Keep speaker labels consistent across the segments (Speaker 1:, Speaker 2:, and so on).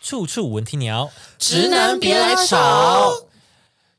Speaker 1: 处处闻啼鸟，
Speaker 2: 直男别来吵。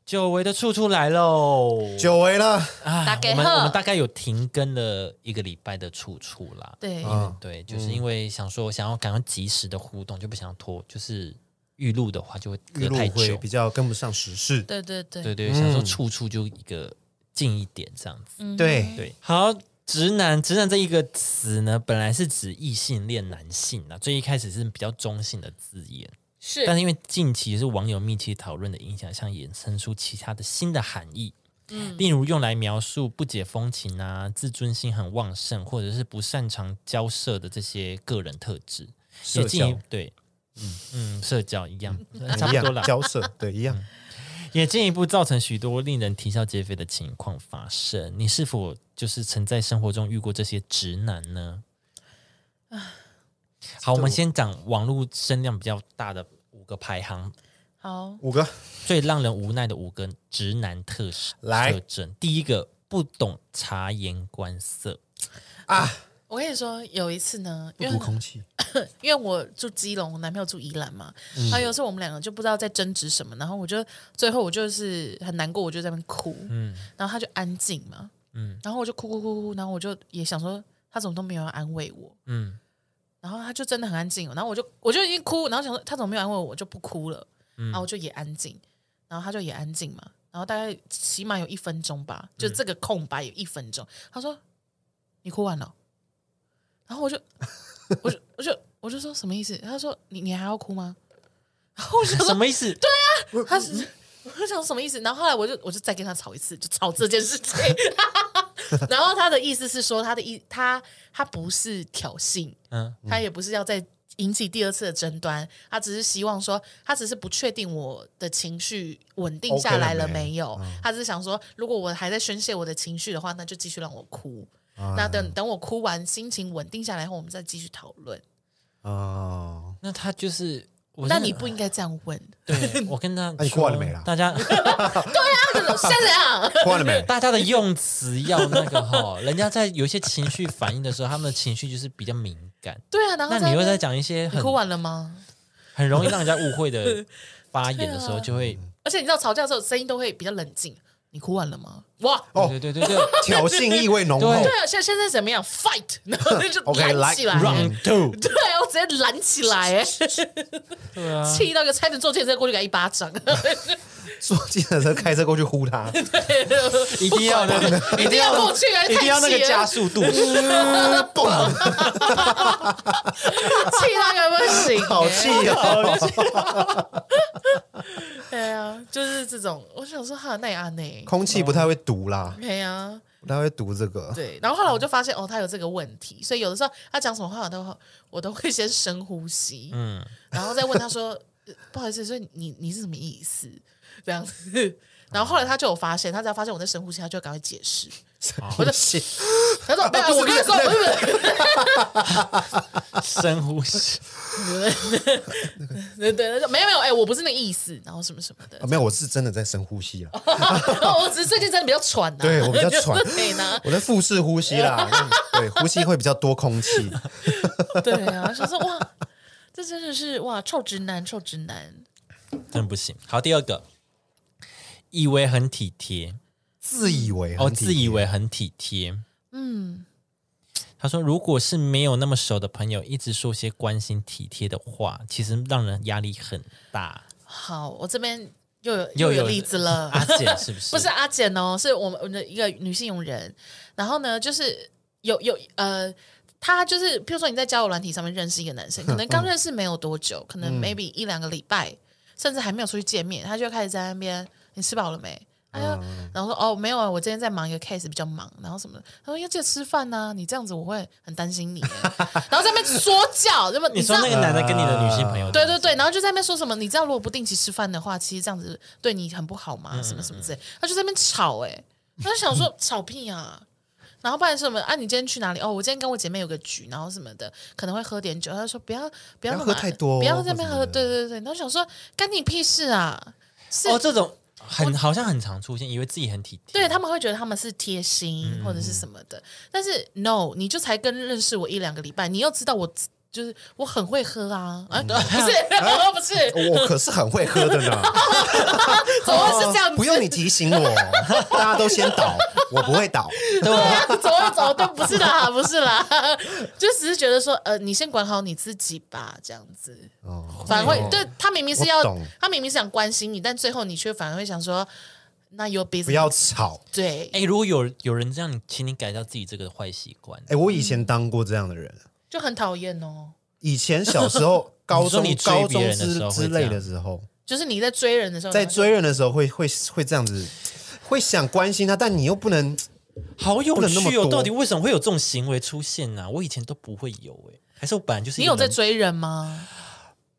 Speaker 1: 久违的处处来喽！
Speaker 3: 久违了，
Speaker 1: 啊
Speaker 2: 大，家
Speaker 1: 我们
Speaker 2: 好
Speaker 1: 我们大概有停更了一个礼拜的处处啦。
Speaker 2: 对，
Speaker 3: 嗯，
Speaker 1: 对，就是因为想说想要赶快及时的互动，就不想拖，就是预录的话就会
Speaker 3: 预
Speaker 1: 隔
Speaker 3: 录
Speaker 1: 太
Speaker 3: 会
Speaker 1: 久
Speaker 3: 比。嗯较跟不上时事，
Speaker 2: 对对对，
Speaker 1: 对对，想说处处就一个近一点这样
Speaker 2: 嗯
Speaker 1: 子。
Speaker 3: 对，
Speaker 1: 对，好，直男，直男这一个词呢，本来是指异性恋男性啊，最一开始是比较中性的字眼，
Speaker 2: 是
Speaker 1: 但是因为近期是网友密切讨论的影响下，衍生出其他的新的含义。例如用来描述不解风情啊、自尊心很旺盛，或者是不擅长交涉的这些个人特质，
Speaker 3: 社
Speaker 1: 也进一
Speaker 3: 交
Speaker 1: 对，嗯嗯，社交一样，差
Speaker 3: 一
Speaker 1: 不多嗯
Speaker 3: 样
Speaker 1: 啦，
Speaker 3: 交涉，对，一样，
Speaker 1: 也进一步造成许多令人啼笑皆非的情况发生。你是否就是曾在生活中遇过这些直男呢？好，我们先讲网络声量比较大的五个排行，
Speaker 2: 好，
Speaker 3: 五个
Speaker 1: 最让人无奈的五个直男特色
Speaker 3: 来
Speaker 1: 特征。第一个，不懂察言观色。
Speaker 3: 啊，
Speaker 2: 我跟你说，有一次呢，
Speaker 3: 不
Speaker 2: 因
Speaker 3: 读
Speaker 2: 为
Speaker 3: 空气，
Speaker 2: 因为我住基隆，我男朋友住宜兰嘛，
Speaker 3: 嗯
Speaker 2: 然后有时候我们两个就不知道在争执什么，然后我就最后我就是很难过，我就在那边哭，
Speaker 3: 嗯
Speaker 2: 然后他就安静嘛，
Speaker 1: 嗯
Speaker 2: 然后我就哭哭哭哭，然后我就也想说他怎么都没有要安慰我，
Speaker 1: 嗯
Speaker 2: 然后他就真的很安静，哦然后我就我就已经哭，然后想说他怎么没有安慰我，我就不哭了，
Speaker 1: 嗯
Speaker 2: 然后我就也安静，然后他就也安静嘛，然后大概起码有一分钟吧，
Speaker 1: 嗯
Speaker 2: 就这个空白有一分钟，他说你哭完了，然后我就我就我就我就说什么意思？他说你你还要哭吗？然后我想
Speaker 1: 什
Speaker 2: 说
Speaker 1: 么意思？
Speaker 2: 他是。我想什么意思？然后后来我就我就再跟他吵一次，就吵这件事情。 然后他的意思是说，他的意他他不是挑衅，
Speaker 1: 嗯，
Speaker 2: 他也不是要再引起第二次的争端，他只是希望说，他只是不确定我的情绪稳定下来了
Speaker 3: OK 了没
Speaker 2: 没有
Speaker 1: 嗯
Speaker 2: 他只是想说，如果我还在宣泄我的情绪的话，那就继续让我哭。
Speaker 1: 哎
Speaker 2: 那等等我哭完，心情稳定下来后，我们再继续讨论。
Speaker 3: 哦，
Speaker 1: 那他就是我真的。
Speaker 2: 那你不应该这样 问，
Speaker 1: 对我跟他
Speaker 3: 那你
Speaker 1: 说
Speaker 3: 过了没啦
Speaker 1: 大家
Speaker 2: 现在怎 样？
Speaker 3: 关了没？
Speaker 1: 大家的用词要那个哈，人家在有一些情绪反应的时候，他们的情绪就是比较敏感。
Speaker 2: 对啊，然后
Speaker 1: 那你会
Speaker 2: 边
Speaker 1: 在讲一些
Speaker 2: 你
Speaker 1: 很
Speaker 2: 哭完了吗？
Speaker 1: 很容易让人家误会的发言的时候，
Speaker 2: 对啊
Speaker 1: 就会
Speaker 2: 而且你知道吵架的时候声音都会比较冷静。你哭完了吗？哇！
Speaker 3: 哦
Speaker 1: 对对对对
Speaker 3: 挑衅意味浓厚
Speaker 2: 对，啊，现在现在怎么样？Fight，然后 就
Speaker 3: OK，
Speaker 2: 拦起来
Speaker 3: like，
Speaker 1: ，round two，
Speaker 2: 对，我直接拦起来，哎，
Speaker 1: 对啊，
Speaker 2: 气到一个差点坐电车过去给他一巴掌，
Speaker 3: 坐计程车开车过去 呼他，
Speaker 1: 一定要那个，
Speaker 2: 一定要过去啊！
Speaker 1: 一定要那个
Speaker 2: 太气
Speaker 1: 加
Speaker 2: 了，
Speaker 1: 速度，
Speaker 2: 气到一个不行，
Speaker 3: 好气 哦！
Speaker 2: 对啊，就是这种，我想说哈，那也阿内，
Speaker 3: 空气不太会读啦，
Speaker 2: 对啊，
Speaker 3: 不太会读这个，
Speaker 2: 对。然后后来我就发现哦，他有这个问题，所以有的时候他讲什么话，我都我都会先深呼吸，
Speaker 1: 嗯，
Speaker 2: 然后再问他说：“呃不好意思，所以你你是什么意思？”这样 子。然后后来他就有发现，他只要发现我在深呼吸，他就赶快解释。我 就他说：“没有，我跟你说，不是不是
Speaker 1: 深呼吸，
Speaker 2: 对对，他说没有没有，哎，我不是那个意思。”然后什么什么的
Speaker 3: 啊，没有，我是真的在深呼 吸啦，
Speaker 2: 然后我只是最近真的比较喘啊呐，
Speaker 3: 对我比较 喘
Speaker 2: 对呢，
Speaker 3: 我在腹式呼吸 啦，嗯对，呼吸会比较多空气，
Speaker 2: 对啊，想说哇，这真的是哇，臭直男，臭直男，
Speaker 1: 真不行。好，第二个，以为很体贴，
Speaker 3: 自以为
Speaker 1: 哦，
Speaker 3: 很体
Speaker 1: 自以为很体贴。
Speaker 2: 嗯，
Speaker 1: 他说，如果是没有那么熟的朋友，一直说些关心体贴的话，其实让人压力很大。
Speaker 2: 好，我这边又有
Speaker 1: 又
Speaker 2: 又有
Speaker 1: 有
Speaker 2: 例子
Speaker 3: 嗯
Speaker 2: 了，
Speaker 3: 啊
Speaker 1: 阿姐 是不是？
Speaker 2: 不是阿简哦，是我们我们的一个女性佣人。然后呢，就是有有呃，她就是，譬如说你在交友软体上面认识一个男生，可 能刚认识没有多久，可
Speaker 1: 嗯
Speaker 2: 能 maybe 一两个礼拜，甚至还没有出去见面，他就开始在那边，你吃饱了没？哎
Speaker 1: 啊
Speaker 2: 呀，然后说哦没有啊，我今天在忙一个 case 比较忙，然后什么的，他说要记得吃饭呐、你这样子我会很担心你耶，然后在那边说 教，那么
Speaker 1: 你
Speaker 2: 知
Speaker 1: 说
Speaker 2: 道
Speaker 1: 那个男的跟你的女性
Speaker 3: 啊
Speaker 1: 朋友，
Speaker 2: 对对对，然后就在那边说什么，你知道如果不定期吃饭的话，其实这样子对
Speaker 3: 嗯
Speaker 2: 你很不好嘛，什么什么之类，他就在那边吵哎、欸，他就想说吵屁啊，然后不然是什么啊？你今天去哪里？哦，我今天跟我姐妹有个局，然后什么的，可能会喝点酒。他说不要不要那
Speaker 3: 不要
Speaker 2: 么
Speaker 3: 喝太多
Speaker 2: 不要在那边
Speaker 3: 或
Speaker 2: 喝。
Speaker 3: 什么的
Speaker 2: 对对对，然后想说干你屁事啊！是
Speaker 1: 哦，这种很好像很常出现，以为自己很体贴，
Speaker 2: 对他们会觉得他们是贴
Speaker 3: 嗯
Speaker 2: 心或者是什么的，但是 no，你就才跟认识我一两个礼拜，你又知道我就是我很会喝啊，
Speaker 3: 嗯
Speaker 2: 啊， 不 是，我 不是，
Speaker 3: 我可是很会喝的呢，
Speaker 2: 怎么哦会是这样子？
Speaker 3: 哦不用你提醒我， 大家都先倒，我不会倒。
Speaker 2: 对啊，走啊走，对，不是啦， 不是啦，就只是觉得说，呃，你先管好你自己吧，这样子，
Speaker 3: 哦，
Speaker 2: 反而会对他明明是要
Speaker 3: 我懂，
Speaker 2: 他明明是想关心你，但最后你却反而会想说，那 your business，
Speaker 3: 不要吵。
Speaker 2: 对，
Speaker 1: 哎，如果有有人这样，请你改掉自己这个坏习惯。
Speaker 3: 哎，我以前当过这样的人，
Speaker 2: 就很讨厌哦。
Speaker 3: 以前小时候、高中
Speaker 1: 你、追
Speaker 3: 高
Speaker 1: 别
Speaker 3: 中
Speaker 1: 人的
Speaker 3: 之
Speaker 1: 时候会
Speaker 3: 之
Speaker 1: 这
Speaker 3: 类
Speaker 1: 样
Speaker 3: 的时候，
Speaker 2: 就是你在追人的时候，
Speaker 3: 在追人的时候会会会这样子，会想关心他，但你又不能。
Speaker 1: 好有
Speaker 3: 不能那么
Speaker 1: 趣哦！
Speaker 3: 多
Speaker 1: 到底为什么会有这种行为出现呢、我以前都不会有哎、还是我本来就是
Speaker 2: 你
Speaker 1: 一个
Speaker 2: 有在
Speaker 1: 人
Speaker 2: 追人吗？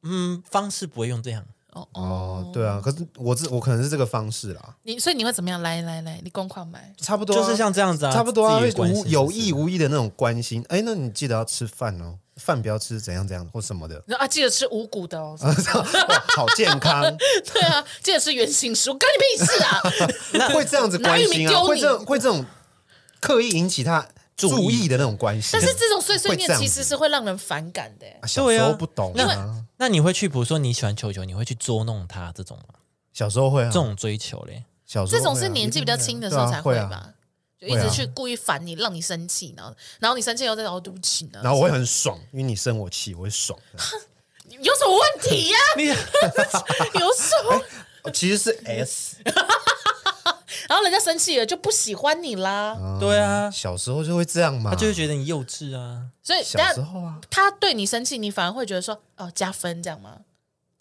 Speaker 1: 嗯方式不会用这样，
Speaker 2: 哦哦，
Speaker 3: 哦，对啊，可是我这我可能是这个方式啦，
Speaker 2: 你所以你会怎么样？来来来，你公款买，，
Speaker 3: 差不多啊、
Speaker 1: 就是像这样子啊，
Speaker 3: 差不多啊，
Speaker 1: 自
Speaker 3: 会
Speaker 1: 己的关系
Speaker 3: 无有意
Speaker 1: 是不是
Speaker 3: 无意的那种关心。哎，那你记得要吃饭哦，饭不要吃怎样怎样或什么的
Speaker 2: 然后啊，记得吃五谷的 哦，
Speaker 3: 啊哇好健康，
Speaker 2: 对啊，记得吃圆形食物，干你屁事 啊！
Speaker 3: 会这样子关心
Speaker 2: 拿玉米
Speaker 3: 啊，
Speaker 2: 丢
Speaker 3: 会
Speaker 2: 你
Speaker 3: 这种会这种刻意引起他注意的那种关心。
Speaker 2: 但是这种碎碎
Speaker 3: 会
Speaker 2: 念
Speaker 3: 这样
Speaker 2: 其
Speaker 3: 子
Speaker 2: 实是会让人反感的欸。
Speaker 3: 啊小时候不懂啊，
Speaker 1: 那你会去，比如说你喜欢球球，你会去捉弄他这种吗？
Speaker 3: 小时候会啊，
Speaker 1: 这种追求嘞，
Speaker 3: 小时候
Speaker 2: 这
Speaker 3: 会啊
Speaker 2: 种是年纪比较轻的时候才
Speaker 3: 对啊会啊，
Speaker 2: 吧？就一直
Speaker 3: 会啊
Speaker 2: 去故意烦你，让你生气，然后然后你生气以后再哦对不起呢，
Speaker 3: 然后我会很爽，因为你生我气，我会爽。
Speaker 2: 有什么问题 呀？
Speaker 1: 你
Speaker 2: 有什么？
Speaker 3: 哦其实是 S，
Speaker 2: 然后人家生气了就不喜欢你啦，
Speaker 1: 对啊，
Speaker 3: 小时候就会这样嘛，
Speaker 1: 他就会觉得你幼稚啊。
Speaker 2: 所以
Speaker 3: 小
Speaker 2: 但
Speaker 3: 时候啊，
Speaker 2: 他对你生气，你反而会觉得说哦加分这样吗？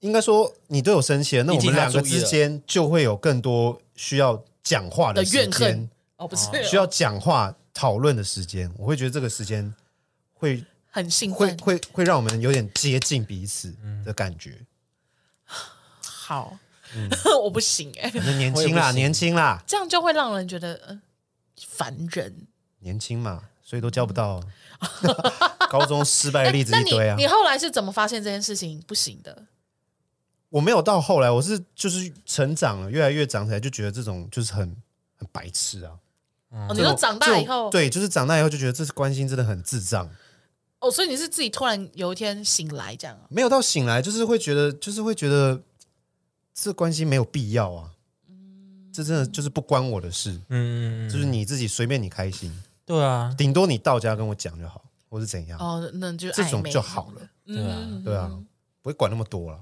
Speaker 3: 应该说你对我生气了，那我
Speaker 1: 已经
Speaker 3: 们
Speaker 1: 他
Speaker 3: 两个
Speaker 1: 注意了
Speaker 3: 之间就会有更多需要讲话
Speaker 2: 的
Speaker 3: 的时
Speaker 2: 怨
Speaker 3: 间
Speaker 2: 恨，哦不是
Speaker 3: 需要讲话讨论的时间，我会觉得这个时间会
Speaker 2: 很兴
Speaker 3: 会
Speaker 2: 奋，
Speaker 3: 会会让我们有点接近彼此的感觉。
Speaker 2: 好，
Speaker 3: 嗯
Speaker 2: 我不行哎，
Speaker 3: 反正年
Speaker 1: 我也
Speaker 3: 轻
Speaker 1: 不
Speaker 3: 啦，
Speaker 1: 行
Speaker 3: 年轻啦，
Speaker 2: 这样就会让人觉得嗯烦人。
Speaker 3: 年轻嘛，所以都交不 到。高中失败的例子
Speaker 2: 那
Speaker 3: 一
Speaker 2: 你
Speaker 3: 堆啊
Speaker 2: 你！后来是怎么发现这件事情不行的？
Speaker 3: 我没有到后来，我是就是成长了，越来越长起来，就觉得这种就是很很白痴啊。
Speaker 2: 哦，你说长大以后
Speaker 3: 就，对，就是长大以后就觉得这是关心真的很智障。
Speaker 2: 哦，所以你是自己突然有一天醒来这样啊？
Speaker 3: 没有到醒来，就是会觉得，就是会觉得这关系没有必要啊。
Speaker 2: 嗯
Speaker 3: 这真的就是不关我的事，
Speaker 1: 嗯，
Speaker 3: 就是你自己随便你开心，
Speaker 1: 对啊，
Speaker 3: 顶多你到家跟我讲就好，或是怎样，
Speaker 2: 哦，那就
Speaker 3: 啊这
Speaker 2: 暧
Speaker 3: 种
Speaker 2: 昧
Speaker 3: 就好了。
Speaker 1: 对啊
Speaker 2: 嗯
Speaker 3: 对啊，不会管那么多了。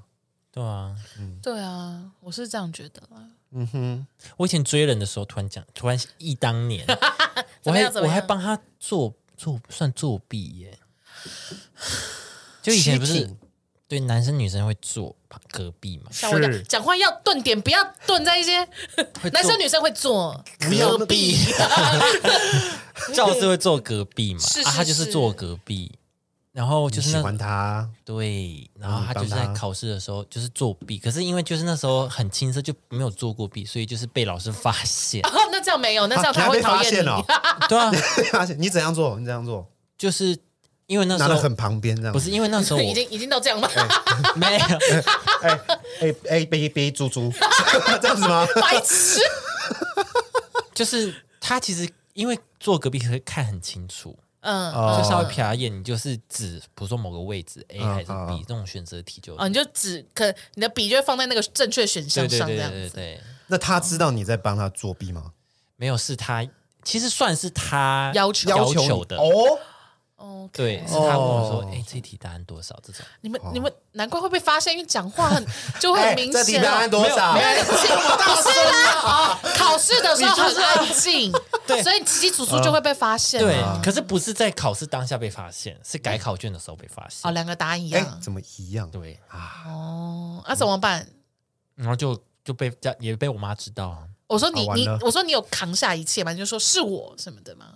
Speaker 1: 对啊。
Speaker 2: 对啊，我是这样觉得啦。
Speaker 3: 嗯哼，
Speaker 1: 我以前追人的时候，突然讲，突然忆当年，我
Speaker 2: 怎么
Speaker 1: 还
Speaker 2: 样怎么
Speaker 1: 我还
Speaker 2: 样
Speaker 1: 帮他做做算作弊耶。就以前不
Speaker 3: 欺
Speaker 1: 是
Speaker 3: 品
Speaker 1: 对男生女生会坐隔壁嘛，
Speaker 2: 像我讲
Speaker 3: 是
Speaker 2: 讲话要顿点，不要顿在一些
Speaker 1: 会
Speaker 2: 男
Speaker 1: 坐
Speaker 2: 生女生会做
Speaker 1: 不要
Speaker 2: 隔壁，
Speaker 1: 教室会坐隔壁嘛，
Speaker 2: 是
Speaker 1: 啊，
Speaker 2: 是
Speaker 1: 他就是
Speaker 2: 是。
Speaker 1: 坐隔壁，然后就
Speaker 3: 你
Speaker 1: 是
Speaker 3: 喜
Speaker 1: 那
Speaker 3: 欢他，
Speaker 1: 对，然后
Speaker 3: 嗯
Speaker 1: 他
Speaker 3: 帮
Speaker 1: 就是在
Speaker 3: 他
Speaker 1: 考试的时候就是作弊，可是因为就是那时候很青涩，就没有做过弊，所以就是被老师发现
Speaker 2: 哦，那这样没有，那这样
Speaker 3: 啊你
Speaker 2: 他
Speaker 3: 还
Speaker 2: 会
Speaker 3: 被
Speaker 2: 讨
Speaker 3: 发
Speaker 2: 厌
Speaker 3: 现
Speaker 2: 你。
Speaker 3: 哦，
Speaker 1: 对啊，
Speaker 3: 发现你怎样做，你怎样做，
Speaker 1: 就是因为那时
Speaker 3: 拿的
Speaker 1: 候
Speaker 3: 很旁边这样，
Speaker 1: 不是因为那时候
Speaker 2: 已
Speaker 1: 我
Speaker 2: 经已经到这样了，
Speaker 1: 没有，
Speaker 3: 哎哎哎，哔哔猪猪 这样子吗？
Speaker 2: 白痴！
Speaker 1: 就是他其实因为坐隔壁可以看很清楚，
Speaker 2: 嗯，
Speaker 1: 就稍微
Speaker 3: 哦，
Speaker 1: 瞟一眼，你就是指比如说某个位置 A 还是
Speaker 3: 嗯嗯
Speaker 1: B 这种选择题就
Speaker 2: 哦，你就只可你的笔就会放在那个正确选
Speaker 1: 对
Speaker 2: 项
Speaker 1: 对
Speaker 2: 上
Speaker 1: 对
Speaker 2: 这样
Speaker 1: 对对
Speaker 2: 子。
Speaker 1: 对，
Speaker 3: 那他知道你在帮他作弊吗？
Speaker 1: 没有是他其实算是他
Speaker 2: 要求
Speaker 1: 要
Speaker 3: 求
Speaker 1: 求
Speaker 3: 你
Speaker 1: 的，
Speaker 3: 哦，
Speaker 2: 哦，
Speaker 1: 对，是他问我说
Speaker 3: 哦：“
Speaker 1: 哎，这题答案多少？”这种
Speaker 2: 你们你们难怪会被发现，因为讲话很就会很明
Speaker 3: 哎这题
Speaker 2: 显。啊
Speaker 3: 答案多少？ 哎
Speaker 2: 没有，不是啦，考试的时候很安静，
Speaker 1: 对
Speaker 2: 所以起起楚楚就会被发现。
Speaker 1: 对，可是不是在考试当下被发现，是改考卷的时候被发
Speaker 2: 哦，
Speaker 1: 现。
Speaker 2: 两个答案一
Speaker 3: 哎
Speaker 2: 样，。
Speaker 3: 怎么一样？
Speaker 1: 啊对，
Speaker 2: 哦，那怎么办？
Speaker 1: 然后就就被家也被我妈知道啊。
Speaker 2: 我说你
Speaker 3: 啊完
Speaker 2: 你
Speaker 3: 了
Speaker 2: 我说你有扛下一切吗？你就说是我什么的吗？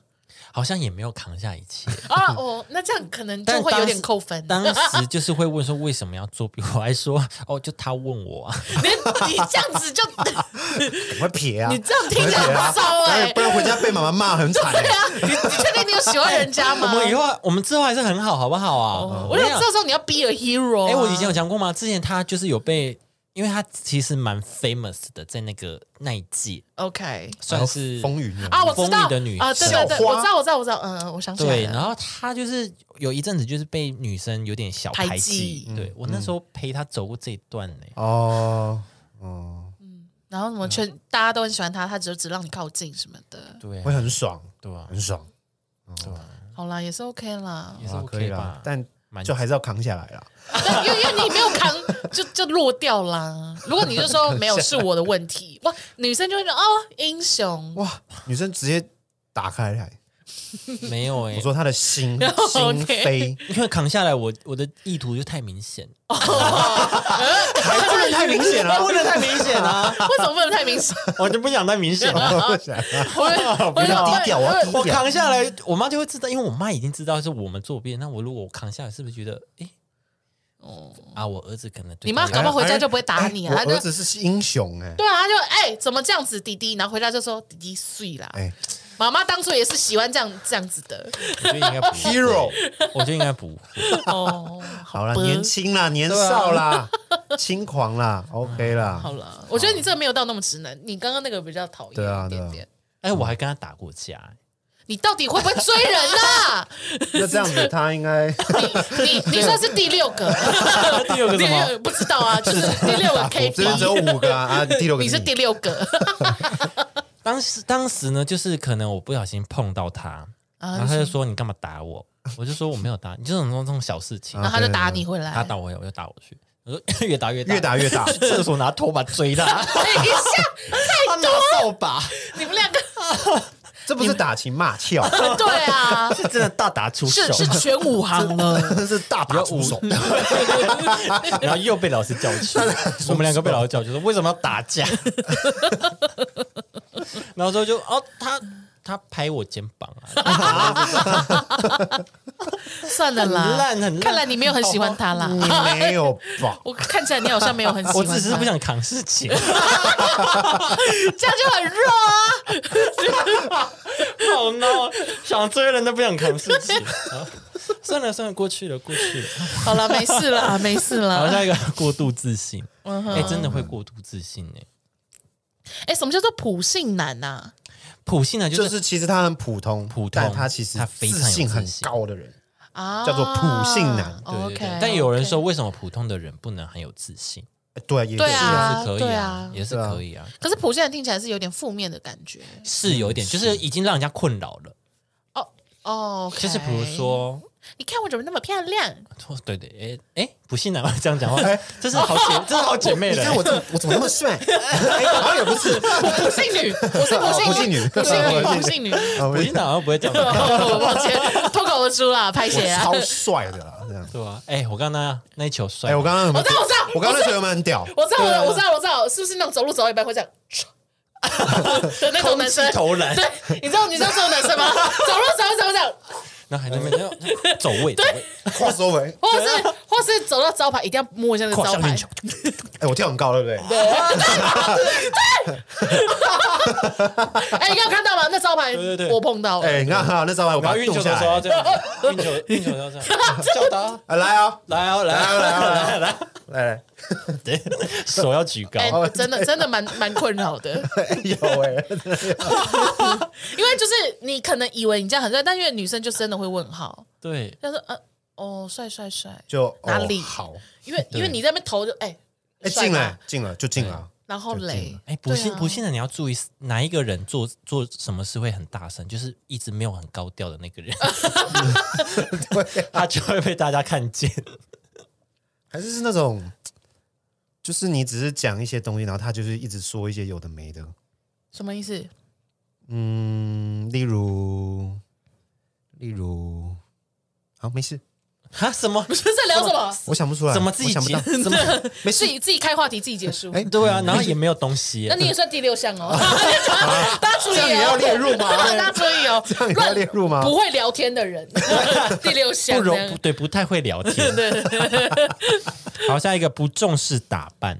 Speaker 1: 好像也没有扛下一切。
Speaker 2: 啊，哦，那这样可能 就
Speaker 1: 但
Speaker 2: 会有
Speaker 1: 当
Speaker 2: 点
Speaker 1: 时
Speaker 2: 扣分。
Speaker 1: 当时就是会问说为什么要做弊，我还说哦，就他问我啊，
Speaker 2: 你你这样子就，
Speaker 3: 赶快撇啊
Speaker 2: 你！这样听起来很糟
Speaker 1: 啊
Speaker 3: 当
Speaker 2: 哎、
Speaker 3: 然不然回家被妈妈骂很惨、
Speaker 2: 对
Speaker 3: 欸。
Speaker 2: 啊， 你你确定你有喜欢人家
Speaker 1: 哎我
Speaker 2: 吗？
Speaker 1: 们以后我们之后还是很好，好不好啊？
Speaker 2: 哦，
Speaker 1: 嗯
Speaker 2: 我想这时候你要 be a hero 啊。
Speaker 1: 哎、我以前有讲过吗？之前他就是有被，因为他其实蛮 famous 的，在那个那一届
Speaker 2: OK
Speaker 1: 算是
Speaker 3: 风雨人
Speaker 2: 啊，我知道
Speaker 1: 风雨的女
Speaker 2: 啊，对对
Speaker 3: 校
Speaker 2: 对，
Speaker 3: 花
Speaker 2: 我知道，我知道，我知道，嗯，我想起来
Speaker 1: 对，然
Speaker 2: 了。
Speaker 1: 后他就是有一阵子就是被女生有点小
Speaker 2: 排
Speaker 1: 排挤嗯
Speaker 2: 挤，
Speaker 1: 对我那时候陪他走过这一段欸呢、
Speaker 3: 哦
Speaker 2: 嗯
Speaker 3: 哦，
Speaker 2: 然后什么全大家都很喜欢他，他只只让你靠近什么的。
Speaker 1: 对
Speaker 3: 会很爽，
Speaker 1: 对啊，
Speaker 3: 很爽，
Speaker 2: 好啦，也是 OK 啦，
Speaker 1: 也是
Speaker 3: 啊可以
Speaker 1: OK
Speaker 3: 啦
Speaker 1: 吧，？
Speaker 3: 但
Speaker 1: 蛮
Speaker 3: 就还是要扛下来啦。
Speaker 2: 但因为因为你没有扛， 就就落掉啦。如果你就说没有是我的问题，哇，女生就会说哦英雄，
Speaker 3: 哇，女生直接打开来，
Speaker 1: 没有哎、
Speaker 3: 我说她的心
Speaker 2: OK
Speaker 3: 心扉，
Speaker 1: 因为扛下来我我的意图就太明显，
Speaker 3: 还不能太明显了，
Speaker 1: 不能太明显啊，
Speaker 2: 为什么不能太 明显？
Speaker 1: 我就不想太明显了。
Speaker 2: 我会我会
Speaker 3: 不要
Speaker 2: 说
Speaker 3: 低调我啊要低
Speaker 1: 我扛下 来，我妈就会知道，因为我妈已经知道是我们作弊。那我如果我扛下来，是不是觉得，哎、
Speaker 2: 哦
Speaker 1: 啊，我儿子可能对
Speaker 2: 你妈
Speaker 1: 他有
Speaker 2: 搞不好回家就不会打你啊她
Speaker 3: 哎我
Speaker 2: 就
Speaker 3: 儿子是英雄哎，
Speaker 2: 对啊，他就哎、怎么这样子，弟弟？然后回家就说弟弟碎啦。
Speaker 3: 哎
Speaker 2: 妈妈当初也是喜欢这样这样子的。
Speaker 1: 我觉得应该不会
Speaker 3: Hero
Speaker 1: 我觉得应该不会。
Speaker 2: 哦，
Speaker 3: 好啦，
Speaker 2: 吧
Speaker 3: 年轻啦，年少啦，轻狂啦，OK 啦
Speaker 2: 好，了，我觉得你这个没有到那么直男，你刚刚那个比较讨
Speaker 3: 对啊
Speaker 2: 厌一点点。
Speaker 1: 哎、我还跟他打过架、哎
Speaker 2: 你到底会不会追人啊？
Speaker 3: 那这样子他 应该
Speaker 2: 你你你算是第六个，第
Speaker 1: 六个什么
Speaker 2: 不知道啊，就是第六个 K
Speaker 3: 这边只有
Speaker 2: P，
Speaker 3: 五个啊啊，第六个
Speaker 2: 你是第六个
Speaker 1: 当时当时呢，就是可能我不小心碰到他，然
Speaker 2: 啊
Speaker 1: 后，他就说你干嘛打我？ 我就说我没有打你，就这种这种小事情。
Speaker 2: 然后他就打你回来，
Speaker 1: 他打我，我就打我去。 我说越打越大，
Speaker 3: 越 打越大
Speaker 1: 去厕所拿拖把追他，
Speaker 2: 等一下，
Speaker 1: 他拿扫把，
Speaker 2: 你们两个
Speaker 3: 这不是打情骂俏，
Speaker 2: 对啊，
Speaker 1: 是真的大打出手
Speaker 2: 是，是全武行了。
Speaker 3: 这是大打出手，
Speaker 1: 然后又被老师叫去，我们两个被老师叫去说为什么要打架？ 然后之后就哦，他他拍我肩膀啊，
Speaker 2: 算了啦，
Speaker 1: 很烂很烂哦
Speaker 2: 看来你没有很喜欢他啦。
Speaker 3: 你没有 吧？
Speaker 2: 我看起来你好像没有很喜欢
Speaker 1: 我
Speaker 2: 他，
Speaker 1: 只是不想扛事情，
Speaker 2: 这样就很弱啊。
Speaker 1: 好闹，想追人都不想扛事情。啊算了算了，过去了过去了。
Speaker 2: 好了，没事 啦，没事
Speaker 1: 好，
Speaker 2: 啦。
Speaker 1: 下一个过度自信，
Speaker 2: 嗯
Speaker 1: 哎，真的会过度自信哎。
Speaker 2: 哎，什么叫做普信男啊呐？
Speaker 1: 普信啊呢，就
Speaker 3: 就是是其实他很普通，
Speaker 1: 普通
Speaker 3: 但他其实
Speaker 1: 他非常
Speaker 3: 自
Speaker 1: 有
Speaker 3: 信很
Speaker 1: 自信
Speaker 3: 高的人，
Speaker 2: 啊，哦
Speaker 3: 叫做普信男
Speaker 1: 对对
Speaker 2: OK，
Speaker 1: 对。但有人
Speaker 2: OK
Speaker 1: 说，为什么普通的人不能很有自信？
Speaker 3: 哎对，也
Speaker 2: 对
Speaker 1: 也
Speaker 2: 啊
Speaker 1: 是可以
Speaker 2: 对
Speaker 1: 啊
Speaker 2: 啊，
Speaker 1: 也是
Speaker 3: 对啊
Speaker 1: 可以啊。
Speaker 2: 可是普信男听起来是有点负面的感觉
Speaker 1: 是有一点，
Speaker 3: 嗯
Speaker 1: 就是已经让人家困扰了。
Speaker 2: 哦。哦，
Speaker 1: 就是比如，说，
Speaker 2: 你看我怎么那么漂亮？
Speaker 1: 哦对对，哎哎，不信男我 这样讲话，这是好姐，这是好姐妹
Speaker 3: 你
Speaker 1: 了。
Speaker 3: 哎看 我怎么我怎么那么帅？哎好像也不是，
Speaker 2: 我普信女，我是
Speaker 3: 哦
Speaker 2: 普
Speaker 3: 普
Speaker 2: 信
Speaker 3: 信
Speaker 2: 女，
Speaker 3: 女
Speaker 2: 普信女，普信女。
Speaker 3: 啊
Speaker 1: 普信男好像不会这样讲 话，
Speaker 2: 哦抱歉，脱口而出啦，拍
Speaker 3: 我
Speaker 2: 写啊。
Speaker 3: 超帅的啦，这样。
Speaker 1: 对吧？哎，我刚刚那那一球帅
Speaker 3: 哎，，我刚刚有没
Speaker 2: 我
Speaker 3: 有
Speaker 2: 知？道，我知道，
Speaker 3: 我刚刚那球有没有很屌？
Speaker 2: 我知道，我知道，我知道，我知道，是不是那种走路走到一半会这样的那种男生
Speaker 1: 空气？投篮，
Speaker 2: 对，你知道你知道这种男生吗？走路走走走走，
Speaker 1: 然后还在那边 然后走位，走位
Speaker 3: 跨收尾，
Speaker 2: 或是或是走到招牌一定要摸一下那个
Speaker 1: 跨
Speaker 2: 招
Speaker 1: 上
Speaker 2: 牌
Speaker 1: 运，球，
Speaker 3: 哎，我跳很高，对不对？
Speaker 2: 哎，你有看到吗？那招牌
Speaker 1: 对对对
Speaker 2: 我碰到了，
Speaker 3: 哎，你看哈，那招牌
Speaker 1: 然
Speaker 3: 我把
Speaker 1: 后
Speaker 3: 它
Speaker 1: 运球
Speaker 3: 动
Speaker 1: 的
Speaker 3: 下
Speaker 1: 时候要
Speaker 3: 来，
Speaker 1: 这样，运球 运球要这样，叫他
Speaker 3: 哎来啊，
Speaker 1: 来哦来哦
Speaker 3: 来哦
Speaker 1: 来哦 来哦，
Speaker 3: 来来，
Speaker 1: 对，手要举高，
Speaker 2: 哎，真的真的蛮蛮困扰的，
Speaker 3: 哎 有哎，
Speaker 2: 因为就是你可能以为你这样很帅，但因为女生就真的会问号，
Speaker 1: 对，
Speaker 2: 她说呃哦帅帅帅，
Speaker 3: 就
Speaker 2: 哪里
Speaker 3: 哦好？
Speaker 2: 因为
Speaker 1: 对
Speaker 2: 因为你在那边投就哎
Speaker 3: 哎，
Speaker 2: 帅
Speaker 3: 进
Speaker 2: 吧
Speaker 3: 了，进了就进了，
Speaker 2: 然后嘞
Speaker 1: 哎，不信
Speaker 2: 对啊
Speaker 1: 不信的，你要注意哪一个人做做什么事会很大声，就是一直没有很高调的那 个人， 他就会被大家看见。
Speaker 3: 还是是那种，就是你只是讲一些东西，然后他就是一直说一些有的没的，
Speaker 2: 什么意思？
Speaker 3: 嗯，例如，例如，好，没事，
Speaker 1: 哈什么？
Speaker 2: 是在聊什么？
Speaker 3: 我想不出来，
Speaker 1: 怎么自己
Speaker 3: 我想不
Speaker 1: 结？
Speaker 3: 到？
Speaker 1: 怎么？
Speaker 3: 没
Speaker 2: 自
Speaker 3: 事，
Speaker 2: 己自己开话题，自己结束。
Speaker 3: 哎，
Speaker 1: 对啊，然 后也没有东西耶
Speaker 2: 那。你也算第六项哦，
Speaker 1: 啊
Speaker 2: 大家注意
Speaker 3: 这样也要
Speaker 2: 哦，
Speaker 3: 列入 吗？
Speaker 2: 大家注意哦，
Speaker 3: 这样也要列入吗？
Speaker 2: 不会聊天 的人，第六项
Speaker 1: 不
Speaker 2: 这
Speaker 1: 容不
Speaker 2: 样
Speaker 1: 对，不太会聊 天。好，下一个不重视打扮，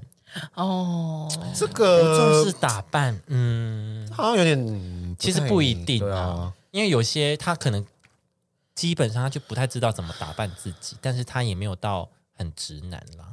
Speaker 2: 哦，
Speaker 3: 这
Speaker 1: 不重
Speaker 3: 个
Speaker 1: 视打扮，嗯，
Speaker 3: 好像有点，嗯
Speaker 1: 其实
Speaker 3: 太
Speaker 1: 不一定
Speaker 3: 对
Speaker 1: 啊
Speaker 3: 啊，，
Speaker 1: 因为有些他可能基本上他就不太知道怎么打扮自己，但是他也没有到很直男啦，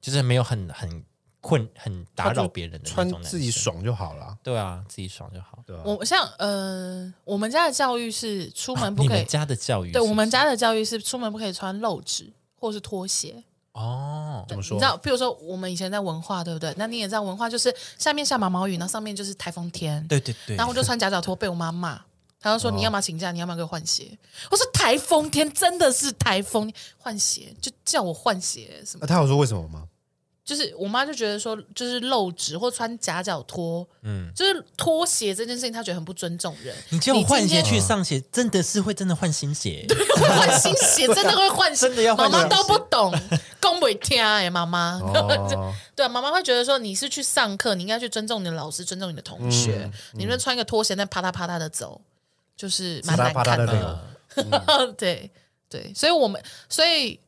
Speaker 1: 就是没有很很困很打扰别人的那
Speaker 3: 穿
Speaker 1: 种男
Speaker 3: 自己
Speaker 1: 生，
Speaker 3: 爽就好了。
Speaker 1: 对啊，自己爽就好。
Speaker 3: 对啊，
Speaker 2: 我像呃，我们家的教育是出门
Speaker 1: 啊
Speaker 2: 不
Speaker 1: 你
Speaker 2: 可以
Speaker 1: 们，家的教育是
Speaker 2: 对
Speaker 1: 不是，
Speaker 2: 我们家的教育是出门不可以穿露趾或是拖鞋。
Speaker 1: 哦，
Speaker 3: 怎么
Speaker 2: 你
Speaker 3: 说
Speaker 2: 知？道，比如说我们以前在文化，对不对？那你也知道，文化就是下面下毛毛雨，然后上面就是台风天。
Speaker 1: 对对对，
Speaker 2: 然后我就穿夹脚拖，被我妈骂。她就说：“
Speaker 3: 哦
Speaker 2: 你要么请假，你要么给我换鞋。”我说：“台风天真的是台风，换鞋就叫我换鞋什么
Speaker 3: 啊那？他有说为什么吗？
Speaker 2: 就是我妈就觉得说，就是露趾或穿夹脚拖，
Speaker 1: 嗯
Speaker 2: 嗯，就是拖鞋这件事情，她觉得很不尊重人。
Speaker 1: 你就换鞋
Speaker 2: 今天
Speaker 1: 去上鞋，真的是会真的换新鞋，
Speaker 2: 换新鞋，真的会换新，
Speaker 1: 真的要换
Speaker 2: 妈妈
Speaker 1: 新鞋
Speaker 2: 都不懂，公不听哎，妈妈。
Speaker 3: 哦，
Speaker 2: 对，啊妈妈会觉得说你是去上课，你应该去尊重你的老师，尊重你的同
Speaker 3: 嗯
Speaker 2: 学。你们穿一个拖鞋，那啪嗒啪嗒的走，就是蛮难
Speaker 3: 啪嗒啪
Speaker 2: 看
Speaker 3: 嗒地
Speaker 2: 的。
Speaker 3: 流，
Speaker 2: 对对，所以我们，所以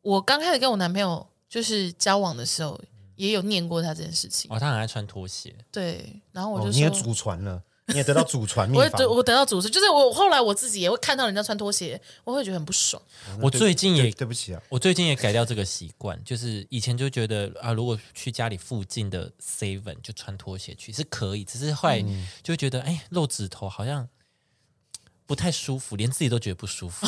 Speaker 2: 我刚开始跟我男朋友就是交往的时候，也有念过他这件事情。
Speaker 1: 哦，他很爱穿拖鞋，
Speaker 2: 对，然后我
Speaker 3: 哦
Speaker 2: 就
Speaker 3: 你也
Speaker 2: 说，
Speaker 3: 祖传了，你也得到祖传秘
Speaker 2: 我也
Speaker 3: 法
Speaker 2: 得。我得到主持，就是我后来我自己也会看到人家穿拖鞋，我会觉得很不爽。
Speaker 1: 我最近也
Speaker 3: 对对不起啊，
Speaker 1: 我最近也改掉这个习惯，就是以前就觉得啊，如果去家里附近的 Seven 就穿拖鞋去是可以，只是后来就会觉得，哎、露指头好像不太舒服，连自己都觉得不舒服，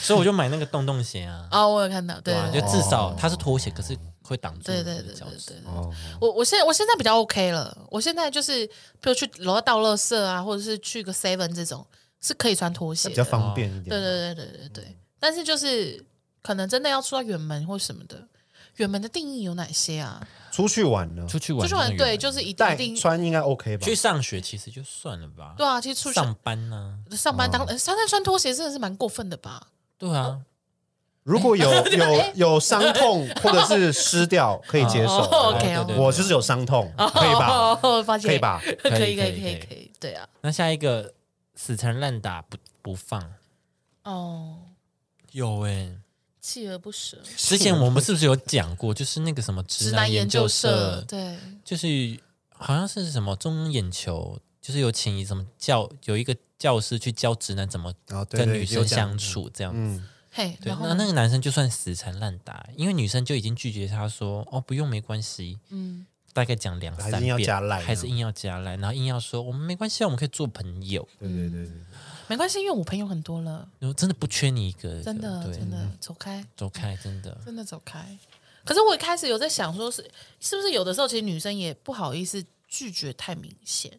Speaker 1: 所以我就买那个洞洞鞋啊，
Speaker 2: 啊、我有看到，
Speaker 1: 对
Speaker 2: 对
Speaker 1: 啊，
Speaker 2: 对
Speaker 1: 就至少它是拖鞋，可是会挡住
Speaker 2: 对
Speaker 1: 你
Speaker 2: 对
Speaker 1: 的
Speaker 2: 对
Speaker 1: 脚
Speaker 2: 对
Speaker 1: 趾
Speaker 2: 对。。
Speaker 3: 哦，
Speaker 2: 我我现在我现在比较 OK 了，我现在就是比如去楼下倒垃圾啊，或者是去个 Seven 这种是可以穿拖鞋
Speaker 3: 比
Speaker 2: 的，
Speaker 3: 较方便一点。
Speaker 2: 对对对对对对。但是就是可能真的要出到远门或什么的，远门的定义有哪些啊？
Speaker 3: 出去玩呢，
Speaker 1: 出去
Speaker 2: 出
Speaker 1: 玩
Speaker 2: 去
Speaker 1: 真的
Speaker 2: 玩
Speaker 1: 有，
Speaker 2: 对，就是一定
Speaker 3: 带
Speaker 2: 一定
Speaker 3: 穿应该 OK 吧
Speaker 1: 去？上学其实就算了吧，
Speaker 2: 对啊，其实出去
Speaker 1: 上哦班啊呢、
Speaker 2: 上班当、呃上班穿拖鞋真的是蛮过分的吧？
Speaker 1: 对啊，
Speaker 3: 如果有 有有伤痛 或者是湿掉，可以接受。
Speaker 2: 哦
Speaker 1: 对
Speaker 2: OK
Speaker 1: 对
Speaker 2: 哦
Speaker 1: 对对
Speaker 3: 我就是有伤痛，可以吧？
Speaker 2: 哦，发现
Speaker 3: 可以？吧？
Speaker 2: 可以可
Speaker 1: 可
Speaker 2: 以
Speaker 1: 以
Speaker 2: 可
Speaker 1: 可
Speaker 2: 以
Speaker 1: 以
Speaker 2: 可以
Speaker 1: 可以
Speaker 2: 对啊，
Speaker 1: 那下一个死缠烂打不不放，
Speaker 2: 哦，
Speaker 1: 有哎、
Speaker 2: 锲而不舍，
Speaker 1: 之前我们是不是有讲过，就是那个什么直
Speaker 2: 直
Speaker 1: 男
Speaker 2: 男
Speaker 1: 研
Speaker 2: 研
Speaker 1: 究
Speaker 2: 究
Speaker 1: 社
Speaker 2: 社，，对，
Speaker 1: 就是好像是什么中眼球，就是有请什么教有一个教师去教直男怎么
Speaker 3: 啊，对
Speaker 1: 跟
Speaker 3: 对，
Speaker 1: 女
Speaker 3: 有
Speaker 1: 生
Speaker 3: 讲
Speaker 1: 相。处这样子。
Speaker 3: 嗯，
Speaker 2: 嘿，
Speaker 1: 对
Speaker 2: 然，后
Speaker 1: 那
Speaker 2: 呢
Speaker 1: 那个男生就算死缠烂打，因为女生就已经拒绝他说哦不用没关系，
Speaker 2: 嗯，
Speaker 1: 大概讲两
Speaker 3: 还是
Speaker 1: 三
Speaker 3: 硬
Speaker 1: 遍，
Speaker 3: 要加赖
Speaker 1: 还是
Speaker 3: 呢
Speaker 1: 硬要加赖，然后硬要说我们没关系啊，我们可以做朋友，
Speaker 3: 对对对
Speaker 1: 嗯
Speaker 3: 对，
Speaker 2: 没关系，因为我朋友很多了，
Speaker 1: 然后真的不缺你一个，
Speaker 2: 真的
Speaker 1: 对，啊
Speaker 2: 真的走开，
Speaker 1: 走开，真的，
Speaker 2: 真的走开。可是我一开始有在想，说是是不是有的时候，其实女生也不好意思拒绝太明显，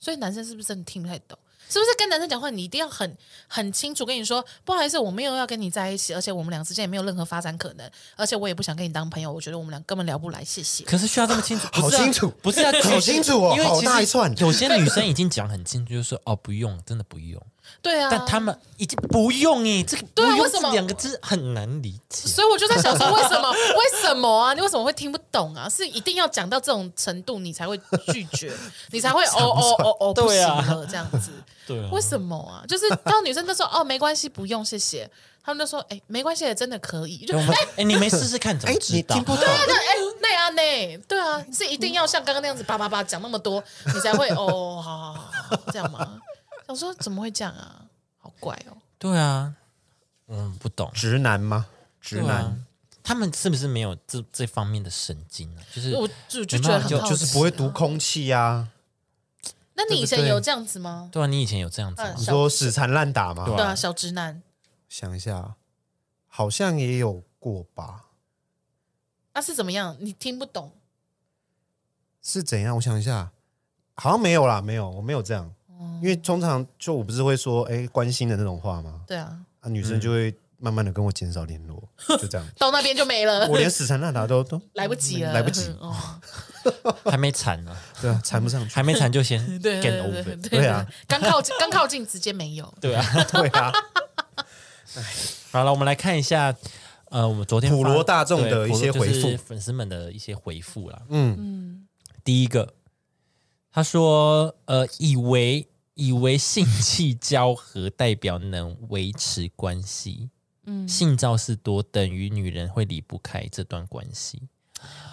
Speaker 2: 所以男生是不是真的听不太懂？是不是跟男生讲话，你一定要很很清楚跟你说，不好意思，我没有要跟你在一起，而且我们俩之间也没有任何发展可能，而且我也不想跟你当朋友，我觉得我们俩根本聊不来，谢谢。
Speaker 1: 可是需要这么清楚？
Speaker 3: 好
Speaker 1: 不是啊
Speaker 3: 清楚
Speaker 1: 不是啊，
Speaker 3: 好清楚哦
Speaker 1: 因为
Speaker 3: 好
Speaker 1: 其实
Speaker 3: 大一串
Speaker 1: 有些女生已经讲很清楚，就是说哦，不用，真的不用。
Speaker 2: 对啊，
Speaker 1: 但他们已经不用哎，这个不
Speaker 2: 对啊
Speaker 1: 用
Speaker 2: 为什么
Speaker 1: 这两个字很难理解。
Speaker 2: 所以我就在想说，为什么？为什么啊？你为什么会听不懂啊？是一定要讲到这种程度，你才会拒绝，你才会哦哦哦哦，不
Speaker 1: 对
Speaker 2: 行
Speaker 1: 啊
Speaker 2: 了这样子。
Speaker 1: 对啊
Speaker 2: 为什么啊？就是当女生就说哦没关系，不用谢谢，他们就说哎没关系，真的可以。就
Speaker 1: 我们哎，你没试试看怎
Speaker 3: 哎
Speaker 1: 么，知
Speaker 3: 你
Speaker 1: 道
Speaker 3: 听？不懂，
Speaker 2: 那哎那啊那，对啊，是一定要像刚刚那样子叭叭叭讲那么多，你才会哦好好好好这样吗？想说怎么会这样啊？好怪哦。
Speaker 1: 对啊，嗯，不懂。
Speaker 3: 直男吗？直
Speaker 1: 对啊
Speaker 3: 男，
Speaker 1: 他们是不是没有这这方面的神经啊？就是
Speaker 2: 我就就觉得很
Speaker 1: 就
Speaker 2: 好
Speaker 3: 就是不会
Speaker 2: 奇啊
Speaker 3: 读空气啊。
Speaker 2: 那你以
Speaker 3: 对
Speaker 2: 前
Speaker 3: 不对
Speaker 2: 有这样子吗？
Speaker 1: 对啊，你以前有这样子吗
Speaker 2: 嗯
Speaker 3: 你？说死缠烂打吗？
Speaker 1: 对
Speaker 2: 对啊，小直男。
Speaker 3: 想一下，好像也有过吧？
Speaker 2: 那、啊是怎么样？你听不懂
Speaker 3: 是怎样？我想一下，好像没有啦，没有，我没有这样。
Speaker 2: 哦
Speaker 3: 因为通常就我不是会说，哎、关心的那种话吗？
Speaker 2: 对啊，
Speaker 3: 啊，女
Speaker 1: 嗯
Speaker 3: 生就会慢慢的跟我减少联络，就这样。
Speaker 2: 到那边就没了，
Speaker 3: 我连死缠烂打都都
Speaker 2: 来不及了，
Speaker 3: 来不及，
Speaker 2: 哦，
Speaker 1: 还没缠呢，
Speaker 3: 对啊，缠不上去。
Speaker 1: 还没缠就先
Speaker 2: 对
Speaker 1: get
Speaker 2: 对对对
Speaker 1: over。啊
Speaker 2: 对
Speaker 3: 对啊，
Speaker 2: 刚靠近，刚靠近，直接没有。
Speaker 1: 对啊，
Speaker 3: 对啊，
Speaker 1: 好了，我们来看一下，呃，我们昨天
Speaker 3: 普
Speaker 1: 发
Speaker 3: 罗大众的
Speaker 1: 对
Speaker 3: 一些
Speaker 1: 普罗就
Speaker 3: 回
Speaker 1: 是
Speaker 3: 复
Speaker 1: 粉丝们的一些回复啦。
Speaker 3: 嗯，
Speaker 2: 嗯，
Speaker 1: 第一个，他说，呃，以为以为性器交合代表能维持关系，
Speaker 2: 嗯
Speaker 1: 性肇事多等于女人会离不开这段关系，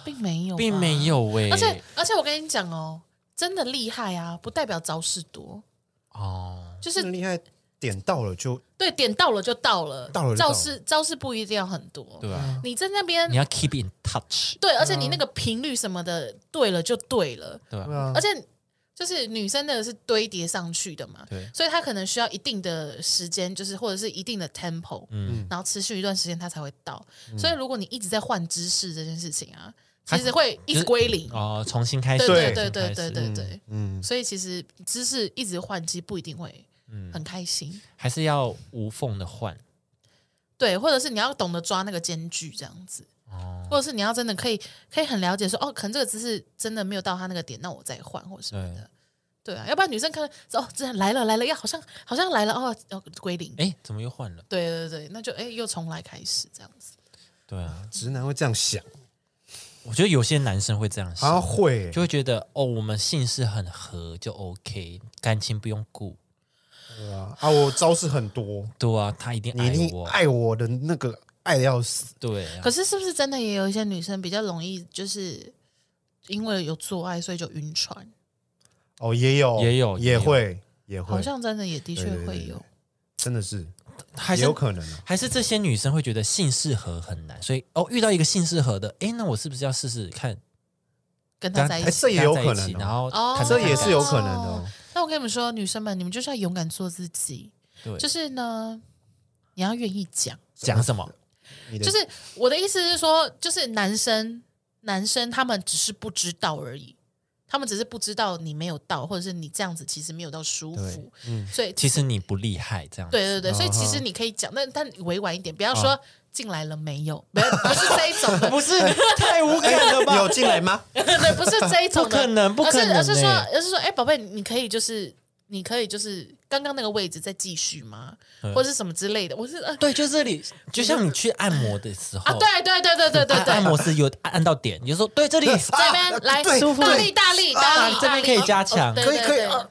Speaker 2: 并没有，
Speaker 1: 并没。有欸喂、
Speaker 2: 而且而且我跟你讲哦，真的厉害啊，不代表招式多，
Speaker 1: 哦，
Speaker 2: 就是
Speaker 3: 厉害点到了就
Speaker 2: 对点到了就到了，
Speaker 3: 到了就到
Speaker 2: 招
Speaker 3: 了
Speaker 2: 式招式不一定要很多。
Speaker 1: 对吧？
Speaker 2: 你在那边
Speaker 1: 你要 keep in touch，
Speaker 2: 对，而且你那个频率什么的对了就对了，
Speaker 1: 对吧？
Speaker 3: 对啊
Speaker 2: 而，且就是女生的是堆叠上去的嘛，
Speaker 1: 对，
Speaker 2: 所以她可能需要一定的时间，就是或者是一定的 tempo，
Speaker 1: 嗯，
Speaker 2: 然后持续一段时间它才会到。所以如果你一直在换姿势这件事情啊，
Speaker 1: 它
Speaker 2: 其实会一直归零。
Speaker 1: 哦，重新开始，
Speaker 2: 对
Speaker 3: 对
Speaker 1: 重新开
Speaker 2: 对对
Speaker 1: 始
Speaker 2: 对对
Speaker 3: 嗯
Speaker 2: 对，
Speaker 3: 嗯，
Speaker 2: 所以其实姿势一直换，其实不一定会很开心。
Speaker 1: 还是要无缝的换
Speaker 2: 对，或者是你要懂得抓那个间距这样子，
Speaker 1: 哦，
Speaker 2: 或者是你要真的可以可以很了解说，哦，可能这个姿势真的没有到他那个点，那我再换或者什么的。对啊，要不然女生看到哦，这来了来了，要好像好像来了哦，要归零。
Speaker 1: 哎，怎么又换了？
Speaker 2: 对对对，那就哎又从来开始这样子。
Speaker 1: 对啊，
Speaker 3: 直男会这样想，
Speaker 1: 我觉得有些男生会这样
Speaker 3: 好像
Speaker 1: 想，
Speaker 3: 会
Speaker 1: 就会觉得哦，我们性是很合就 OK，感情不用顾，
Speaker 3: 对啊，啊我招式很多，
Speaker 1: 对啊，他一定
Speaker 3: 你
Speaker 1: 爱
Speaker 3: 一定
Speaker 1: 我，
Speaker 3: 爱我的那个爱的要死，
Speaker 1: 对啊，
Speaker 2: 可是是不是真的也有一些女生比较容易就是因为有做爱所以就晕船？
Speaker 3: 哦，也有
Speaker 1: 也有也
Speaker 3: 也
Speaker 1: 有
Speaker 3: 会也
Speaker 2: 好
Speaker 3: 会，
Speaker 2: 像真的也的确
Speaker 3: 对对对
Speaker 2: 会
Speaker 3: 对
Speaker 2: 有。
Speaker 3: 真的是
Speaker 1: 还
Speaker 3: 也
Speaker 1: 是
Speaker 3: 有可能啊，
Speaker 1: 还是这些女生会觉得性适合很难，所以哦，遇到一个性适合的，哎，那我是不是要试试看
Speaker 2: 跟
Speaker 1: 刚
Speaker 2: 他在一
Speaker 3: 哎
Speaker 2: 起。
Speaker 3: 这也有
Speaker 1: 跟他在
Speaker 3: 可
Speaker 1: 一起
Speaker 3: 能哦
Speaker 1: 然后
Speaker 2: 哦
Speaker 1: 谈
Speaker 3: 这
Speaker 1: 得
Speaker 3: 也是有可能的
Speaker 2: 哦
Speaker 3: 哦。
Speaker 2: 那我跟你们说，女生们，你们就是要勇敢做自己。
Speaker 1: 对
Speaker 2: 就是呢，你要愿意讲。
Speaker 1: 讲什么？
Speaker 3: 你的
Speaker 2: 就是我的意思是说，就是男生男生他们只是不知道而已，他们只是不知道你没有到，或者是你这样子其实没有到舒服，
Speaker 3: 嗯
Speaker 2: 所以
Speaker 1: 其实你不厉害，这样
Speaker 2: 对对对，所以其
Speaker 1: 哦
Speaker 2: 实你可以讲，但但委婉一点，不要说进来了没有，没有不是这一种的，
Speaker 1: 不是太无
Speaker 2: 哎
Speaker 1: 感了吧？
Speaker 3: 有进来吗？
Speaker 2: 对，不是这一种的，
Speaker 1: 不可能不可能
Speaker 2: 而是而是说，
Speaker 1: 欸
Speaker 2: 而是说，哎、宝贝，你可以就是。你可以就是刚刚那个位置再继续吗，
Speaker 1: 嗯
Speaker 2: 或是什么之类的？我是 呃
Speaker 1: 对，就这里，就像你去按摩的时候
Speaker 2: 啊，对对对对对对
Speaker 1: 按按
Speaker 2: 对，
Speaker 1: 摩是有按到点，你就说对 这里，
Speaker 2: 这
Speaker 1: 啊
Speaker 2: 边来
Speaker 3: 对
Speaker 2: 大
Speaker 3: 对
Speaker 2: 力大力大力，哦
Speaker 1: 这边可以加强
Speaker 2: 对
Speaker 3: 可以
Speaker 2: 对
Speaker 3: 可以
Speaker 2: 对
Speaker 3: 啊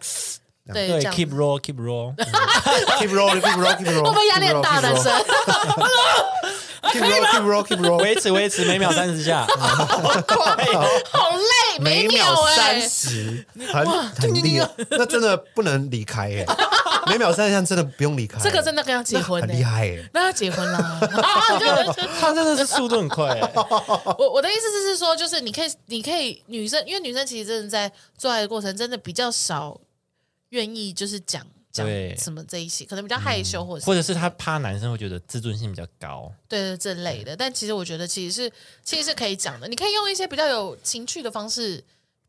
Speaker 2: 对
Speaker 1: 对
Speaker 2: 这样
Speaker 1: ，keep roll keep roll，
Speaker 3: ，keep roll，keep roll，keep roll，
Speaker 2: 会不会压力很大？男生
Speaker 3: keep roll，keep roll，keep roll，
Speaker 1: 维持维持每秒三十下，
Speaker 2: 好累，
Speaker 3: 每秒
Speaker 2: 秒哎、
Speaker 3: 三十，很很厉害，那真的不能离 开耶，每秒三十下真的不用离开，哎
Speaker 2: 这个真的跟他结婚、
Speaker 3: 很
Speaker 2: 欸，
Speaker 3: 厉害哎耶，
Speaker 2: 那要结婚啦！ 啊，就就
Speaker 1: 他真的是速度很快欸，
Speaker 2: 我我的意思是说，就是你可以，你可以女生，因为女生其实真的在做爱的过程，真的比较少愿意就是讲讲
Speaker 1: 对嗯
Speaker 2: 什么这一些，可能比较害羞或者
Speaker 1: 或
Speaker 2: 是
Speaker 1: 者是他怕男生会觉得自尊心比较高，
Speaker 2: 对对这类的。但其实我觉得其实是其实是可以讲的，你可以用一些比较有情趣的方式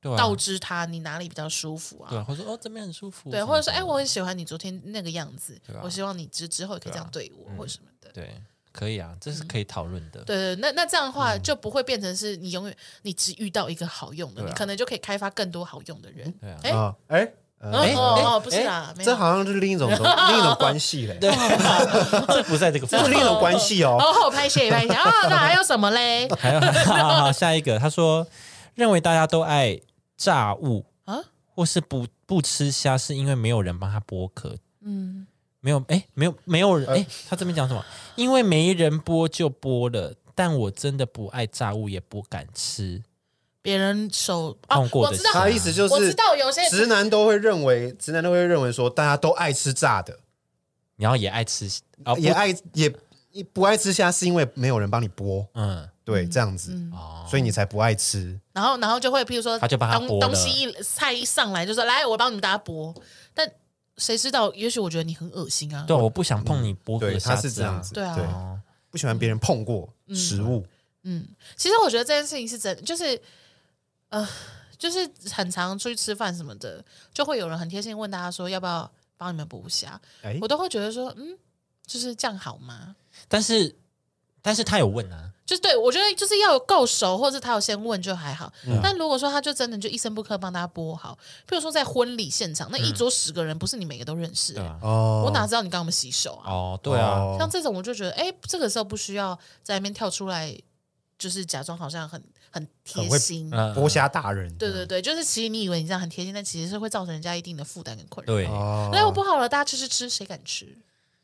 Speaker 1: 对啊吧
Speaker 2: 告？知他你哪里比较舒服
Speaker 1: 对
Speaker 2: 啊。
Speaker 1: 啊，或者说哦这边很舒服，
Speaker 2: 对，
Speaker 1: 什么
Speaker 2: 或者说，
Speaker 1: 什
Speaker 2: 哎，
Speaker 1: 么
Speaker 2: 我很喜欢你昨天那个样子
Speaker 1: 对啊，
Speaker 2: 我希望你之之后也可以这样对我，
Speaker 1: 啊
Speaker 2: 或者什么的。
Speaker 1: 对，可以啊，这是可以讨论的，
Speaker 2: 对对，那那这样的话
Speaker 1: 嗯
Speaker 2: 就不会变成是你永远你只遇到一个好用的，
Speaker 1: 对啊
Speaker 2: 你可能就可以开发更多好用的人。
Speaker 1: 对啊
Speaker 2: 哎、
Speaker 3: 啊，哎。
Speaker 2: 哦
Speaker 3: 呃
Speaker 1: 哎
Speaker 2: 哦
Speaker 1: 哎
Speaker 2: 哦，不是啦，没有
Speaker 3: 这好像是另一种 东另一种关系嘞，
Speaker 1: 这不在这个
Speaker 3: 这是另一种关系哦。
Speaker 2: 哦，拍谢拍谢啊，那还有什么嘞？
Speaker 1: 还有好好下一个，他说认为大家都爱炸物
Speaker 2: 啊
Speaker 1: 啊，或是不不吃虾，是因为没有人帮他剥壳，
Speaker 2: 嗯，
Speaker 1: 没有哎，没有没有人
Speaker 3: 呃
Speaker 1: 哎，他这边讲什么？因为没人剥就剥了，但我真的不爱炸物，也不敢吃。
Speaker 2: 别人手啊，
Speaker 1: 碰过
Speaker 2: 我
Speaker 1: 的
Speaker 2: 知道，
Speaker 1: 虾
Speaker 3: 他的意思就
Speaker 2: 我
Speaker 3: 是
Speaker 2: 知，道哎有些
Speaker 3: 直男都会认为，直男都会认为说，大家都爱吃炸的，
Speaker 1: 然后也爱吃啊，
Speaker 3: 也
Speaker 1: 不
Speaker 3: 爱也也不爱吃虾，是因为没有人帮你剥，
Speaker 1: 嗯
Speaker 3: 对，这样子，
Speaker 1: 哦，
Speaker 3: 所以你才不爱吃。
Speaker 2: 然后然后就会，譬如说，
Speaker 1: 他就帮他剥
Speaker 2: 东
Speaker 1: 了
Speaker 2: 东西一菜一上来就说来，我帮你们大家剥，但谁知道？也许我觉得你很恶心啊。
Speaker 1: 对，我不想碰你剥壳
Speaker 3: 对，
Speaker 1: 的虾
Speaker 3: 他是
Speaker 1: 子
Speaker 3: 这样
Speaker 1: 啊，
Speaker 3: 子，
Speaker 2: 对啊
Speaker 1: 哦
Speaker 3: 不喜欢别人碰过食物，
Speaker 2: 嗯，其实我觉得这件事情是真，就是呃，就是很常出去吃饭什么的，就会有人很贴心地问大家说要不要帮你们剥虾，
Speaker 3: 哎
Speaker 2: 我，都会觉得说，嗯，就是这样好吗？
Speaker 1: 但是但是他有问啊，
Speaker 2: 就是对我觉得就是要有够熟，或者是他有先问就还
Speaker 3: 嗯
Speaker 2: 好。
Speaker 3: 啊
Speaker 2: 但如果说他就真的就一声不吭帮大家播好，譬如说在婚礼现场，那
Speaker 3: 嗯
Speaker 2: 一桌十个人，不是你每个都认识、
Speaker 1: 对啊，
Speaker 3: 哦，
Speaker 2: 我哪知道你刚刚有没有洗手啊？
Speaker 1: 哦，对啊，
Speaker 3: 哦
Speaker 2: 像这种我就觉得，哎、这个时候不需要在那边跳出来，就是假装好像很很贴
Speaker 3: 很会嗯
Speaker 2: 心。
Speaker 1: 嗯
Speaker 3: 剥虾大人，
Speaker 2: 对对对，就是其实你以为你这样很贴心，但其实是会造成人家一定的负担跟困扰。
Speaker 1: 对，
Speaker 3: 哦，
Speaker 2: 那我不好了，大家吃吃吃，谁敢吃？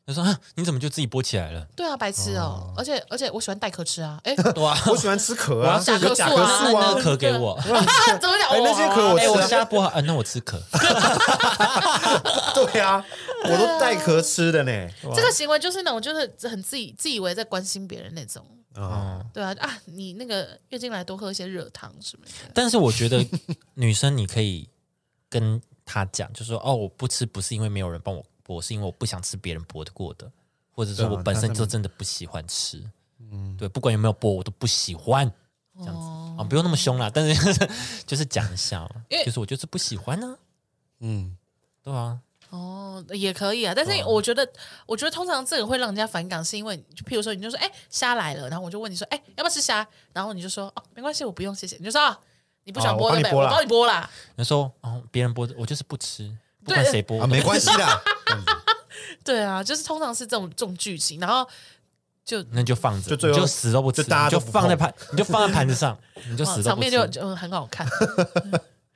Speaker 1: 就说啊，你怎么就自己播起来了？
Speaker 2: 对啊，白痴哦！而且而且我喜欢带壳吃 啊，哎，
Speaker 1: 对啊，
Speaker 3: 我喜欢吃壳
Speaker 1: 我
Speaker 3: 啊，
Speaker 1: 要吃
Speaker 3: 有甲
Speaker 2: 甲
Speaker 3: 壳
Speaker 2: 壳
Speaker 1: 那
Speaker 2: 素啊
Speaker 3: 素
Speaker 1: 那个
Speaker 3: 啊，
Speaker 1: 壳给我。
Speaker 2: 怎么讲？
Speaker 3: 哎那些壳我
Speaker 1: 哎，
Speaker 3: 吃
Speaker 1: 我
Speaker 3: 啊
Speaker 1: 虾播好，啊，那我吃壳。
Speaker 3: 对啊，我都带壳吃的呢。
Speaker 2: 这个行为就是那种就是很自以自以为在关心别人那种。
Speaker 1: 哦
Speaker 3: 啊，
Speaker 2: 对啊啊，你那个月经来多喝一些热汤什么的，
Speaker 1: 但是我觉得女生你可以跟她讲，就说哦，我不吃不是因为没有人帮我剥，是因为我不想吃别人剥的过的，或者说
Speaker 3: 对啊
Speaker 1: 我本身
Speaker 3: 她
Speaker 1: 就
Speaker 3: 这么
Speaker 1: 真的不喜欢吃。嗯，对，不管有没有剥，我都不喜欢。这样子啊、不用那么凶啦，但是就是 就是讲一下嘛
Speaker 2: 因为，
Speaker 1: 就是我就是不喜欢呢、
Speaker 3: 嗯，
Speaker 1: 对啊，
Speaker 2: 哦，也可以啊。但是我觉得，我觉得通常这个会让人家反感，是因为就譬如说，你就说，哎，虾来了，然后我就问你说，哎，要不要吃虾？然后你就说，哦，没关系，我不用，谢谢。你就说，哦你不想
Speaker 3: 哦
Speaker 2: 剥
Speaker 3: 我
Speaker 2: 对
Speaker 3: 帮你
Speaker 2: 不对？
Speaker 3: 剥
Speaker 2: 我
Speaker 3: 啦
Speaker 2: 帮你剥啦。
Speaker 1: 你说哦，别人剥的我就是不吃，不管
Speaker 2: 对
Speaker 1: 谁剥、
Speaker 3: 啊，没关
Speaker 1: 系，
Speaker 3: 系的，这样子
Speaker 2: 对啊，就是通常是这种这种剧情，然后就
Speaker 1: 那就放着，
Speaker 3: 就最后
Speaker 1: 你就死都不吃，
Speaker 3: 就大家
Speaker 1: 你就
Speaker 3: 都不碰
Speaker 1: 放在盘，你就放在盘子上， 你就死都
Speaker 2: 哇呃哦场
Speaker 1: 不吃。
Speaker 2: 面就就很好看。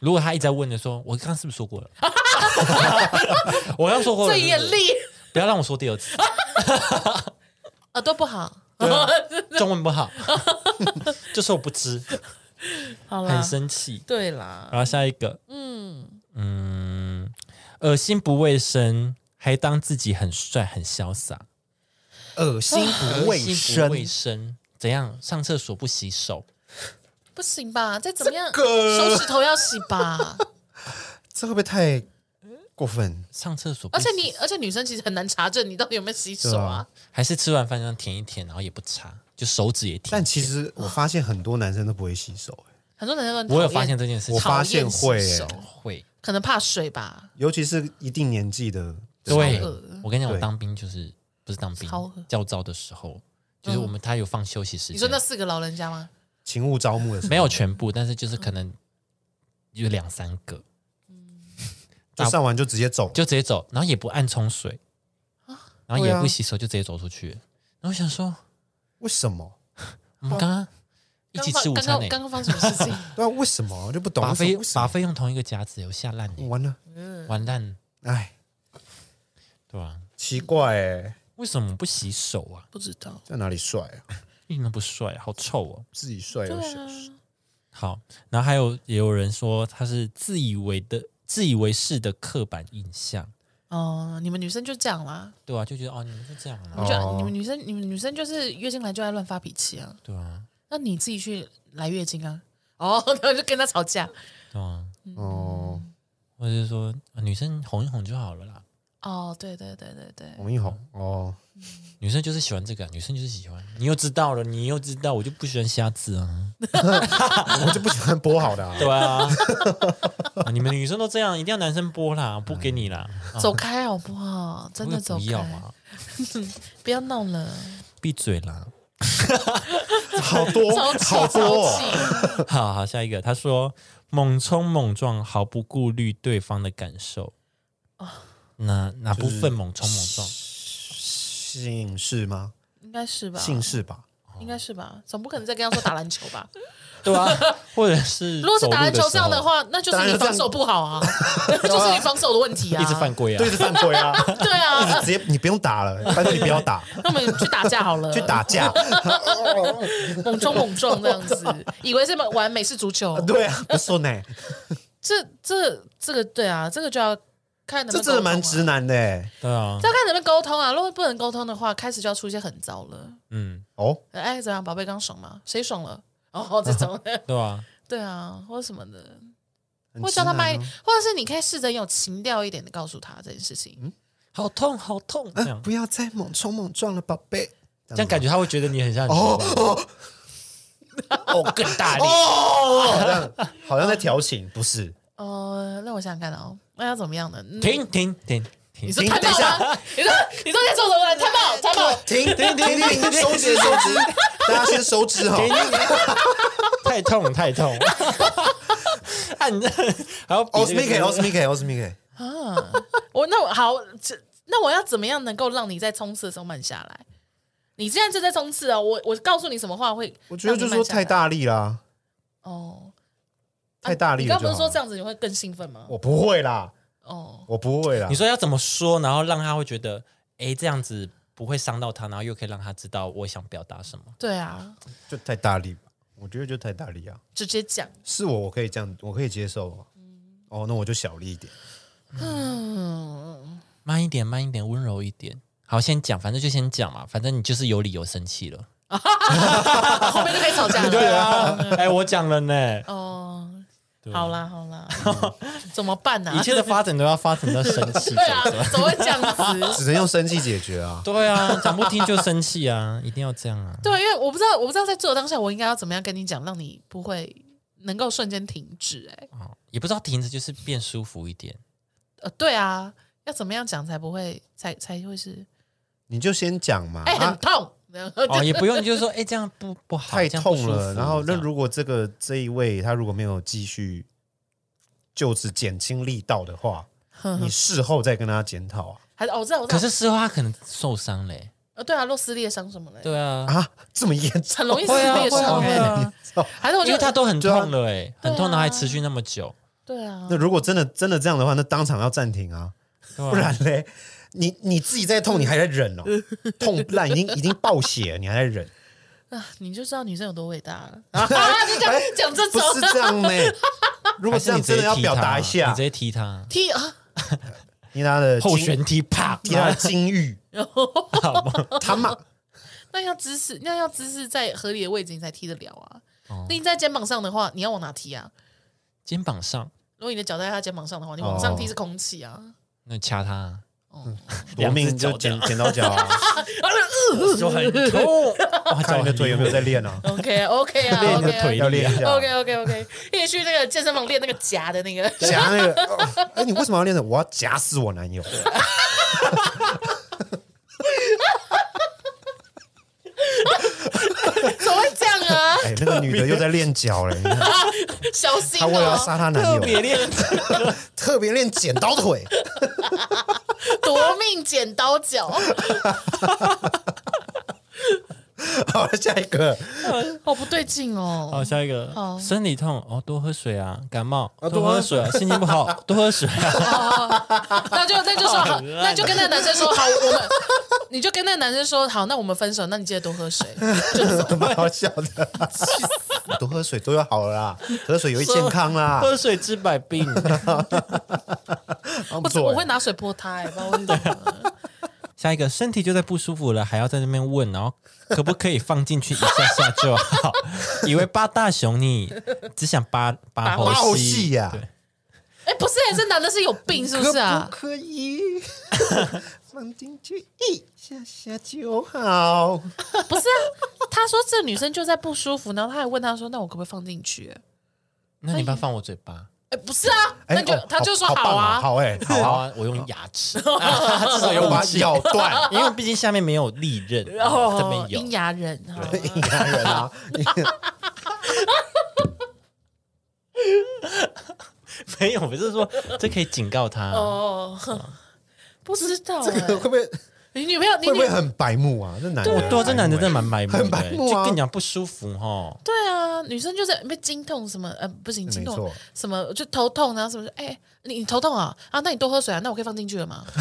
Speaker 1: 如果他一直在问的说，我刚刚是不是说 过了？我刚说过了，
Speaker 2: 最严厉
Speaker 1: 不要让我说第二 次，
Speaker 2: 啊，都不好。
Speaker 1: 中文不好， 就说我不知，
Speaker 2: 好啦
Speaker 1: 很，生气。
Speaker 2: 对啦，
Speaker 1: 然后下一个，嗯嗯，恶心不卫生，还当自己很帅很潇洒，
Speaker 3: 恶心不卫
Speaker 1: 恶心
Speaker 3: 生
Speaker 1: 不，卫生，怎样？上厕所不洗手，
Speaker 2: 不行吧？再怎么样，
Speaker 3: 这个
Speaker 2: 手指头要洗吧。
Speaker 3: 这会不会太过分？
Speaker 1: 上厕所不
Speaker 2: 而
Speaker 1: 洗，
Speaker 2: 且你，而且女生其实很难查证你到底有没有洗手啊。
Speaker 1: 还是吃完饭这样舔一舔，然后也不擦，就手指也舔。
Speaker 3: 但其实
Speaker 1: 嗯
Speaker 3: 我发现很多男生都不会洗 手，哎
Speaker 2: 很多男生都很讨厌
Speaker 1: 我有发现这件事
Speaker 3: 我
Speaker 1: 情，
Speaker 3: 发现
Speaker 2: 讨
Speaker 3: 会欸
Speaker 2: 厌洗手
Speaker 1: 会。
Speaker 2: 可能怕水吧，
Speaker 3: 尤其是一定年纪的，
Speaker 1: 对
Speaker 2: 超恶，
Speaker 1: 我跟你讲，我
Speaker 3: 对
Speaker 1: 当兵就是不是当兵
Speaker 2: 超恶，
Speaker 1: 教招的时候，就是我们他有放休息时间，
Speaker 2: 你说那四个老人家吗？
Speaker 3: 勤务招募的时候
Speaker 1: 没有全部，但是就是可能有两三个，
Speaker 3: 就上完就直接走，
Speaker 1: 就直接走，然后也不按冲水，然后也
Speaker 3: 对啊
Speaker 1: 不洗手，就直接走出去。然后我想说，
Speaker 3: 为什么？
Speaker 1: 我们刚刚一起吃午
Speaker 2: 哦刚
Speaker 1: 餐欸
Speaker 2: 刚
Speaker 1: 呢，
Speaker 2: 刚刚发生什 么事情？
Speaker 3: 对啊，为什么我就不懂？
Speaker 1: 把
Speaker 3: 为
Speaker 1: 费
Speaker 3: 什么为什
Speaker 1: 把
Speaker 3: 么
Speaker 1: 费用同一个夹子，有下烂欸，
Speaker 3: 完了，
Speaker 2: 嗯
Speaker 1: 完蛋，
Speaker 3: 哎，
Speaker 1: 对吧？
Speaker 3: 奇怪哎，
Speaker 1: 为什么不洗手啊？
Speaker 2: 不知道。
Speaker 3: 在哪里帅啊？
Speaker 1: 一点都不帅，好臭哦。
Speaker 3: 自己帅
Speaker 2: 对
Speaker 3: 有谁
Speaker 2: 啊，
Speaker 1: 好，然后还有也有人说他是自以为的、自以为是的刻板印象，
Speaker 2: 哦，你们女生就这样啦，
Speaker 1: 对啊，就觉得哦，你们就这样
Speaker 2: 你
Speaker 1: 啊，
Speaker 2: 们就
Speaker 3: 哦
Speaker 2: 你们女生你们女生就是月经来就爱乱发脾气啊，
Speaker 1: 对啊，
Speaker 2: 那你自己去来月经啊。哦， 然后就跟他吵架
Speaker 1: 对啊，
Speaker 2: 嗯
Speaker 3: 哦，
Speaker 1: 或者是说、啊女生哄一哄就好了啦，
Speaker 2: 哦，对对对对对，
Speaker 3: 洪一红哦，
Speaker 1: 女生就是喜欢这个啊、女生就是喜欢，你又知道了，你又知道，我就不喜欢瞎子啊，
Speaker 3: 我就不喜欢剥好的啊，
Speaker 1: 对啊， 啊你们女生都这样，一定要男生播啦，不给你啦，啊
Speaker 2: 走开好不好？真的走
Speaker 1: 不要
Speaker 2: 开，
Speaker 1: 啊，
Speaker 2: 不要闹了，
Speaker 1: 闭嘴啦。
Speaker 3: 好多
Speaker 2: 超气
Speaker 3: 好多
Speaker 2: 超
Speaker 3: 哦，
Speaker 2: 气，
Speaker 1: 好好，下一个，他说猛冲猛撞，毫不顾虑对方的感受。
Speaker 2: 哦
Speaker 1: 哪哪部分猛冲猛撞？
Speaker 3: 姓氏吗？
Speaker 2: 应该是吧？
Speaker 3: 姓氏吧？
Speaker 2: 应该是吧？总不可能再跟他说打篮球 吧？
Speaker 1: 对啊， 或者是
Speaker 2: 如果是打篮球这样的
Speaker 1: 走路
Speaker 2: 话，那就是你防守不好啊， 就是你防守的问题
Speaker 1: 时候，
Speaker 2: 啊。
Speaker 1: 一直犯规啊
Speaker 3: 对，，是犯规 啊！
Speaker 2: 对啊，
Speaker 3: 直接你不用打了，拜托你不要 打，
Speaker 2: 那我们去打架好了，
Speaker 3: 去打架。
Speaker 2: 猛冲猛撞这样子，以为是玩美式足球，
Speaker 3: 对啊，不说呢，
Speaker 2: 这这这个对啊，这个就要看能不
Speaker 3: 这
Speaker 2: 能
Speaker 3: 真的蛮直
Speaker 2: 沟通啊，
Speaker 3: 男的欸
Speaker 1: 对啊
Speaker 2: 这，要看能不能沟通啊。如果不能沟通的话，开始就要出一些狠招了。
Speaker 1: 嗯，
Speaker 3: 哦。
Speaker 2: 哎，怎样，宝贝，刚爽吗？谁爽了？哦，这 种
Speaker 1: 对啊，
Speaker 2: 对啊，或者什么的，
Speaker 3: 很
Speaker 2: 或者叫他
Speaker 3: 直男
Speaker 2: 卖，
Speaker 3: 哦
Speaker 2: 或者是你可以试着有情调一点的告诉他这件事情。
Speaker 1: 好痛好痛，这
Speaker 3: 嗯，
Speaker 1: 样
Speaker 3: 不要再猛冲猛撞了，宝贝。
Speaker 1: 这样感
Speaker 3: 觉
Speaker 1: 觉他会觉得你很像你哦， 哦更大力，
Speaker 3: 哦，好 像好像在调情，不是？
Speaker 2: 呃哦，那我想想看哦，那要怎么样呢？嗯
Speaker 1: 停停停，
Speaker 2: 你说
Speaker 3: 停
Speaker 2: 太
Speaker 3: 等一
Speaker 2: 棒
Speaker 3: 下
Speaker 2: 吗？你说 你说在做什 么？太棒太棒！
Speaker 3: 停停停停 停，收支收支， 大家先收支
Speaker 1: 哦
Speaker 3: 哈。
Speaker 1: 太痛了太 痛了，按 着还要比这个
Speaker 3: Osmike Osmike Osmike，
Speaker 2: 啊，我那我好，这那我要怎么样能够让你在冲刺的时候慢下来？你现在正在冲刺啊！我我告诉你什么话会，
Speaker 3: 我觉得就是说太大力啦，
Speaker 2: 哦，啊
Speaker 3: 太大力
Speaker 2: 你
Speaker 3: 了
Speaker 2: 刚
Speaker 3: 就
Speaker 2: 不是
Speaker 3: 好
Speaker 2: 说这
Speaker 3: 了。
Speaker 2: 样子你会更兴奋吗？
Speaker 3: 我不会啦，
Speaker 2: 哦，
Speaker 3: 我不会啦
Speaker 1: 你。说要怎么说，然后让他会觉得，哎，这样子不会伤到他，然后又可以让他知道我想表达什么。
Speaker 2: 对啊，
Speaker 3: 就太大力吧，我觉得就太大力啊。
Speaker 2: 直接 讲，
Speaker 3: 是我，我可以这样，我可以接受啊。哦，那我就小力一点。
Speaker 2: 嗯，
Speaker 1: 慢一点，慢一点，温柔一点。好，先讲，反正就先讲嘛，反正你就是有理由生气 了。
Speaker 2: 后面就可以吵架了。
Speaker 1: 啊，哎，我讲了呢，
Speaker 2: 哦，
Speaker 1: 对
Speaker 2: 好啦好 啦，嗯怎么办呢、
Speaker 1: 啊
Speaker 2: 啊
Speaker 1: 一切的发展都要发展到生气。
Speaker 2: 对啊，怎么会这样子？
Speaker 3: 只能用生气解决啊。
Speaker 1: 对啊，讲不听就生气啊，一定要这样啊。
Speaker 2: 对，因为我不知道，我不知道在做的当下，我应该要怎么样跟你讲，让你不会能够瞬间停止、哎，
Speaker 1: 哦，也不知道停止就是变舒服一 点。
Speaker 2: 呃，对啊，要怎么样讲才不会，才才会是，
Speaker 3: 你就先讲嘛，
Speaker 2: 哎、很
Speaker 3: 啊，
Speaker 2: 痛。 然后就
Speaker 1: 哦，也不用，就是说，哎，这样不不好，
Speaker 3: 太
Speaker 1: 这样不
Speaker 3: 痛
Speaker 1: 舒
Speaker 3: 了。
Speaker 1: 服
Speaker 3: 然后，
Speaker 1: 这
Speaker 3: 那
Speaker 1: 样
Speaker 3: 如果这个这一位他如果没有继续，就此减轻力道的话，你事后再跟他检讨啊。
Speaker 2: 还是哦，我知道，我
Speaker 1: 可
Speaker 2: 知道，
Speaker 1: 是事后他可能受伤嘞。
Speaker 2: 呃，对啊，若撕裂伤什么嘞，
Speaker 1: 对啊，
Speaker 3: 啊，这么严重？
Speaker 2: 很容易撕裂
Speaker 1: 会啊
Speaker 2: 伤、
Speaker 1: 会
Speaker 2: 哎、
Speaker 1: 啊，
Speaker 2: 还是我
Speaker 1: 因
Speaker 2: 觉
Speaker 1: 为
Speaker 2: 得
Speaker 1: 他都很痛
Speaker 3: 对
Speaker 1: 了哎，很痛，然后还持续那么久，
Speaker 2: 对啊
Speaker 3: 那，如果真的真的这样的话，那当场要暂停啊，
Speaker 1: 对啊
Speaker 3: 不然嘞，你你自己在痛，你还在忍 哦，痛烂已经已经爆血了，你还在忍，
Speaker 2: 啊你就知道女生有多伟大 了啊！你
Speaker 1: 哎
Speaker 2: 讲讲这
Speaker 3: 不
Speaker 2: 种
Speaker 3: 是这样呢。如果
Speaker 1: 还
Speaker 3: 这
Speaker 1: 是
Speaker 3: 样
Speaker 1: 你直接
Speaker 3: 真的要
Speaker 1: 踢
Speaker 3: 表
Speaker 1: 他
Speaker 3: 达一
Speaker 1: 你
Speaker 3: 下
Speaker 1: 直，接踢他
Speaker 2: 踢啊，
Speaker 3: 踢他的
Speaker 1: 后
Speaker 3: 金
Speaker 1: 旋踢，啪，
Speaker 3: 踢他的金玉，他妈
Speaker 2: 那要姿势，那要姿势在合理的位置你才踢得了啊。
Speaker 1: 哦
Speaker 2: 那你在肩膀上的话，你要往哪踢啊？
Speaker 1: 肩膀上，
Speaker 2: 如果你的脚在他肩膀上的话，你往
Speaker 1: 哦
Speaker 2: 上踢是空气啊。
Speaker 1: 那掐他，
Speaker 3: 夺命就
Speaker 1: 两只脚
Speaker 3: 剪剪刀脚啊，
Speaker 1: 就很痛， 哇，
Speaker 3: 看
Speaker 1: 脚
Speaker 3: 你的腿有没有在练啊？
Speaker 2: OK OK 啊
Speaker 1: 练你的腿
Speaker 2: ，OK
Speaker 1: 力啊
Speaker 3: 要练一下。
Speaker 2: OK OK OK，可以去那个健身房练那个夹的那个。
Speaker 3: 夹那个， 哦哎、你为什么要练成？我要夹死我男友。
Speaker 2: 怎么会这样啊？
Speaker 3: 哎、那个女的又在练脚嘞，你看
Speaker 2: 小心
Speaker 3: 她为了要
Speaker 2: 哦，
Speaker 3: 杀她男
Speaker 1: 特别
Speaker 3: 友，
Speaker 1: 练，
Speaker 3: 特别练剪刀腿。
Speaker 2: 夺命剪刀脚，
Speaker 3: 好了，下一个，
Speaker 2: 好不对劲
Speaker 1: 好，
Speaker 2: 哦。
Speaker 1: 下一个
Speaker 2: 好，
Speaker 1: 生理痛哦，多喝水啊，感冒
Speaker 3: 啊
Speaker 1: 多喝水啊，心情不 好多喝水啊，
Speaker 2: 那就那就说好，
Speaker 1: 好烂
Speaker 2: 那就跟那个男生说好，我们你就跟那个男生说好，那我们分手，那你记得多 喝水。
Speaker 3: 怎么好笑的？多喝水，多就好了啦，喝水有益健 康啦。
Speaker 1: 喝水治百病。
Speaker 3: 啊不
Speaker 2: 我
Speaker 3: 错、
Speaker 2: 我会拿水泼他、欸，不知道为什
Speaker 1: 啊
Speaker 2: 么。
Speaker 1: 下一个，身体就在不舒服了，还要在那边问，然后可不可以放进去一下下就好？以为扒大熊你只想扒扒
Speaker 3: 扒
Speaker 1: 猴
Speaker 3: 猴
Speaker 1: 戏
Speaker 3: 戏啊呀
Speaker 1: 对
Speaker 2: 哎、不是、欸，这男的是有病是不 是啊？
Speaker 3: 可不可以放进去一下下就好？
Speaker 2: 不是啊，他说这女生就在不舒服，然后他还问他说：“那我可不可以放进去欸
Speaker 1: 那你不要放我嘴巴，？”
Speaker 2: 哎、不是啊，
Speaker 3: 哎、
Speaker 2: 那就、
Speaker 3: 哦
Speaker 2: 他就说
Speaker 3: 好棒
Speaker 2: 啊，
Speaker 3: 好哎、好
Speaker 1: 好
Speaker 3: 啊，
Speaker 1: 啊，我用牙 齿，啊至 少有
Speaker 3: 我
Speaker 1: 武
Speaker 3: 把它
Speaker 2: 哦
Speaker 1: 器，
Speaker 3: 咬断。
Speaker 1: 因为毕竟下面没有利 刃，
Speaker 2: 然
Speaker 3: 哦
Speaker 2: 后
Speaker 1: 这边
Speaker 2: 哦阴
Speaker 1: 有。
Speaker 2: 阳人哈，
Speaker 3: 印加人啊，
Speaker 1: 没有，我是说这可以警告他，
Speaker 2: 哦，不知道、
Speaker 3: 这个
Speaker 2: 欸
Speaker 3: 会不会
Speaker 2: 你女朋友，你
Speaker 3: 会不
Speaker 2: 女
Speaker 3: 会很白目啊？这男的，
Speaker 1: 我多这男的哦真的蛮白目
Speaker 3: 很
Speaker 1: 的
Speaker 3: 白
Speaker 1: 欸，
Speaker 3: 目啊
Speaker 1: 就跟你讲不舒服哈。
Speaker 2: 对啊，女生就是被经痛什么，呃，不行，经
Speaker 3: 没
Speaker 2: 痛
Speaker 3: 错
Speaker 2: 什么就头痛，然后什么，哎、你你头痛啊？啊，那你多喝水啊？那我可以放进去了吗？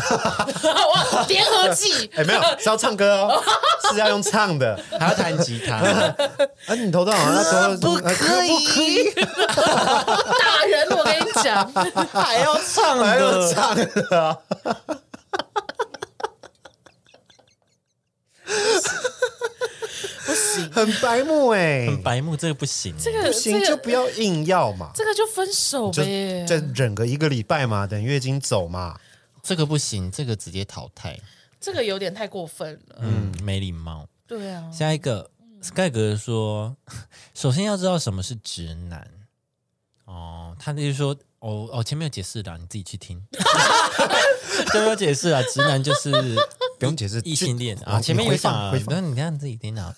Speaker 2: 哇，联合剂，
Speaker 3: 哎，没有是要唱歌哦，是要用唱的。
Speaker 1: 还要弹吉 他，
Speaker 3: 啊，你头痛啊？那多
Speaker 1: 可不可以
Speaker 3: 不可以？
Speaker 2: 打人，我跟你讲。
Speaker 1: 还要唱
Speaker 3: 还
Speaker 1: 的
Speaker 3: 要唱的啊？很白目哎，
Speaker 1: 很白目，这个不行欸。
Speaker 2: 这个
Speaker 3: 不行
Speaker 2: 这
Speaker 3: 就
Speaker 2: 个
Speaker 3: 不要硬要嘛，
Speaker 2: 这个就分手
Speaker 3: 就
Speaker 2: 呗。
Speaker 3: 再忍个一个礼拜嘛，等月经走嘛。
Speaker 1: 这个不行，这个直接淘汰。
Speaker 2: 这个有点太过分了。
Speaker 1: 嗯，没礼貌。
Speaker 2: 对啊，
Speaker 1: 下一个，盖格说， 首先要知道什么是直男。哦，他就是说，哦哦，前面有解释的啊，你自己去听。 都有解释啊，直男就是
Speaker 3: 不用解释，
Speaker 1: 异
Speaker 3: 就
Speaker 1: 性恋
Speaker 3: 我
Speaker 1: 啊，
Speaker 3: 你
Speaker 1: 前面有
Speaker 3: 回
Speaker 1: 讲
Speaker 3: 放
Speaker 1: 啊
Speaker 3: 回，
Speaker 1: 那
Speaker 3: 放
Speaker 1: 你看自己听啊。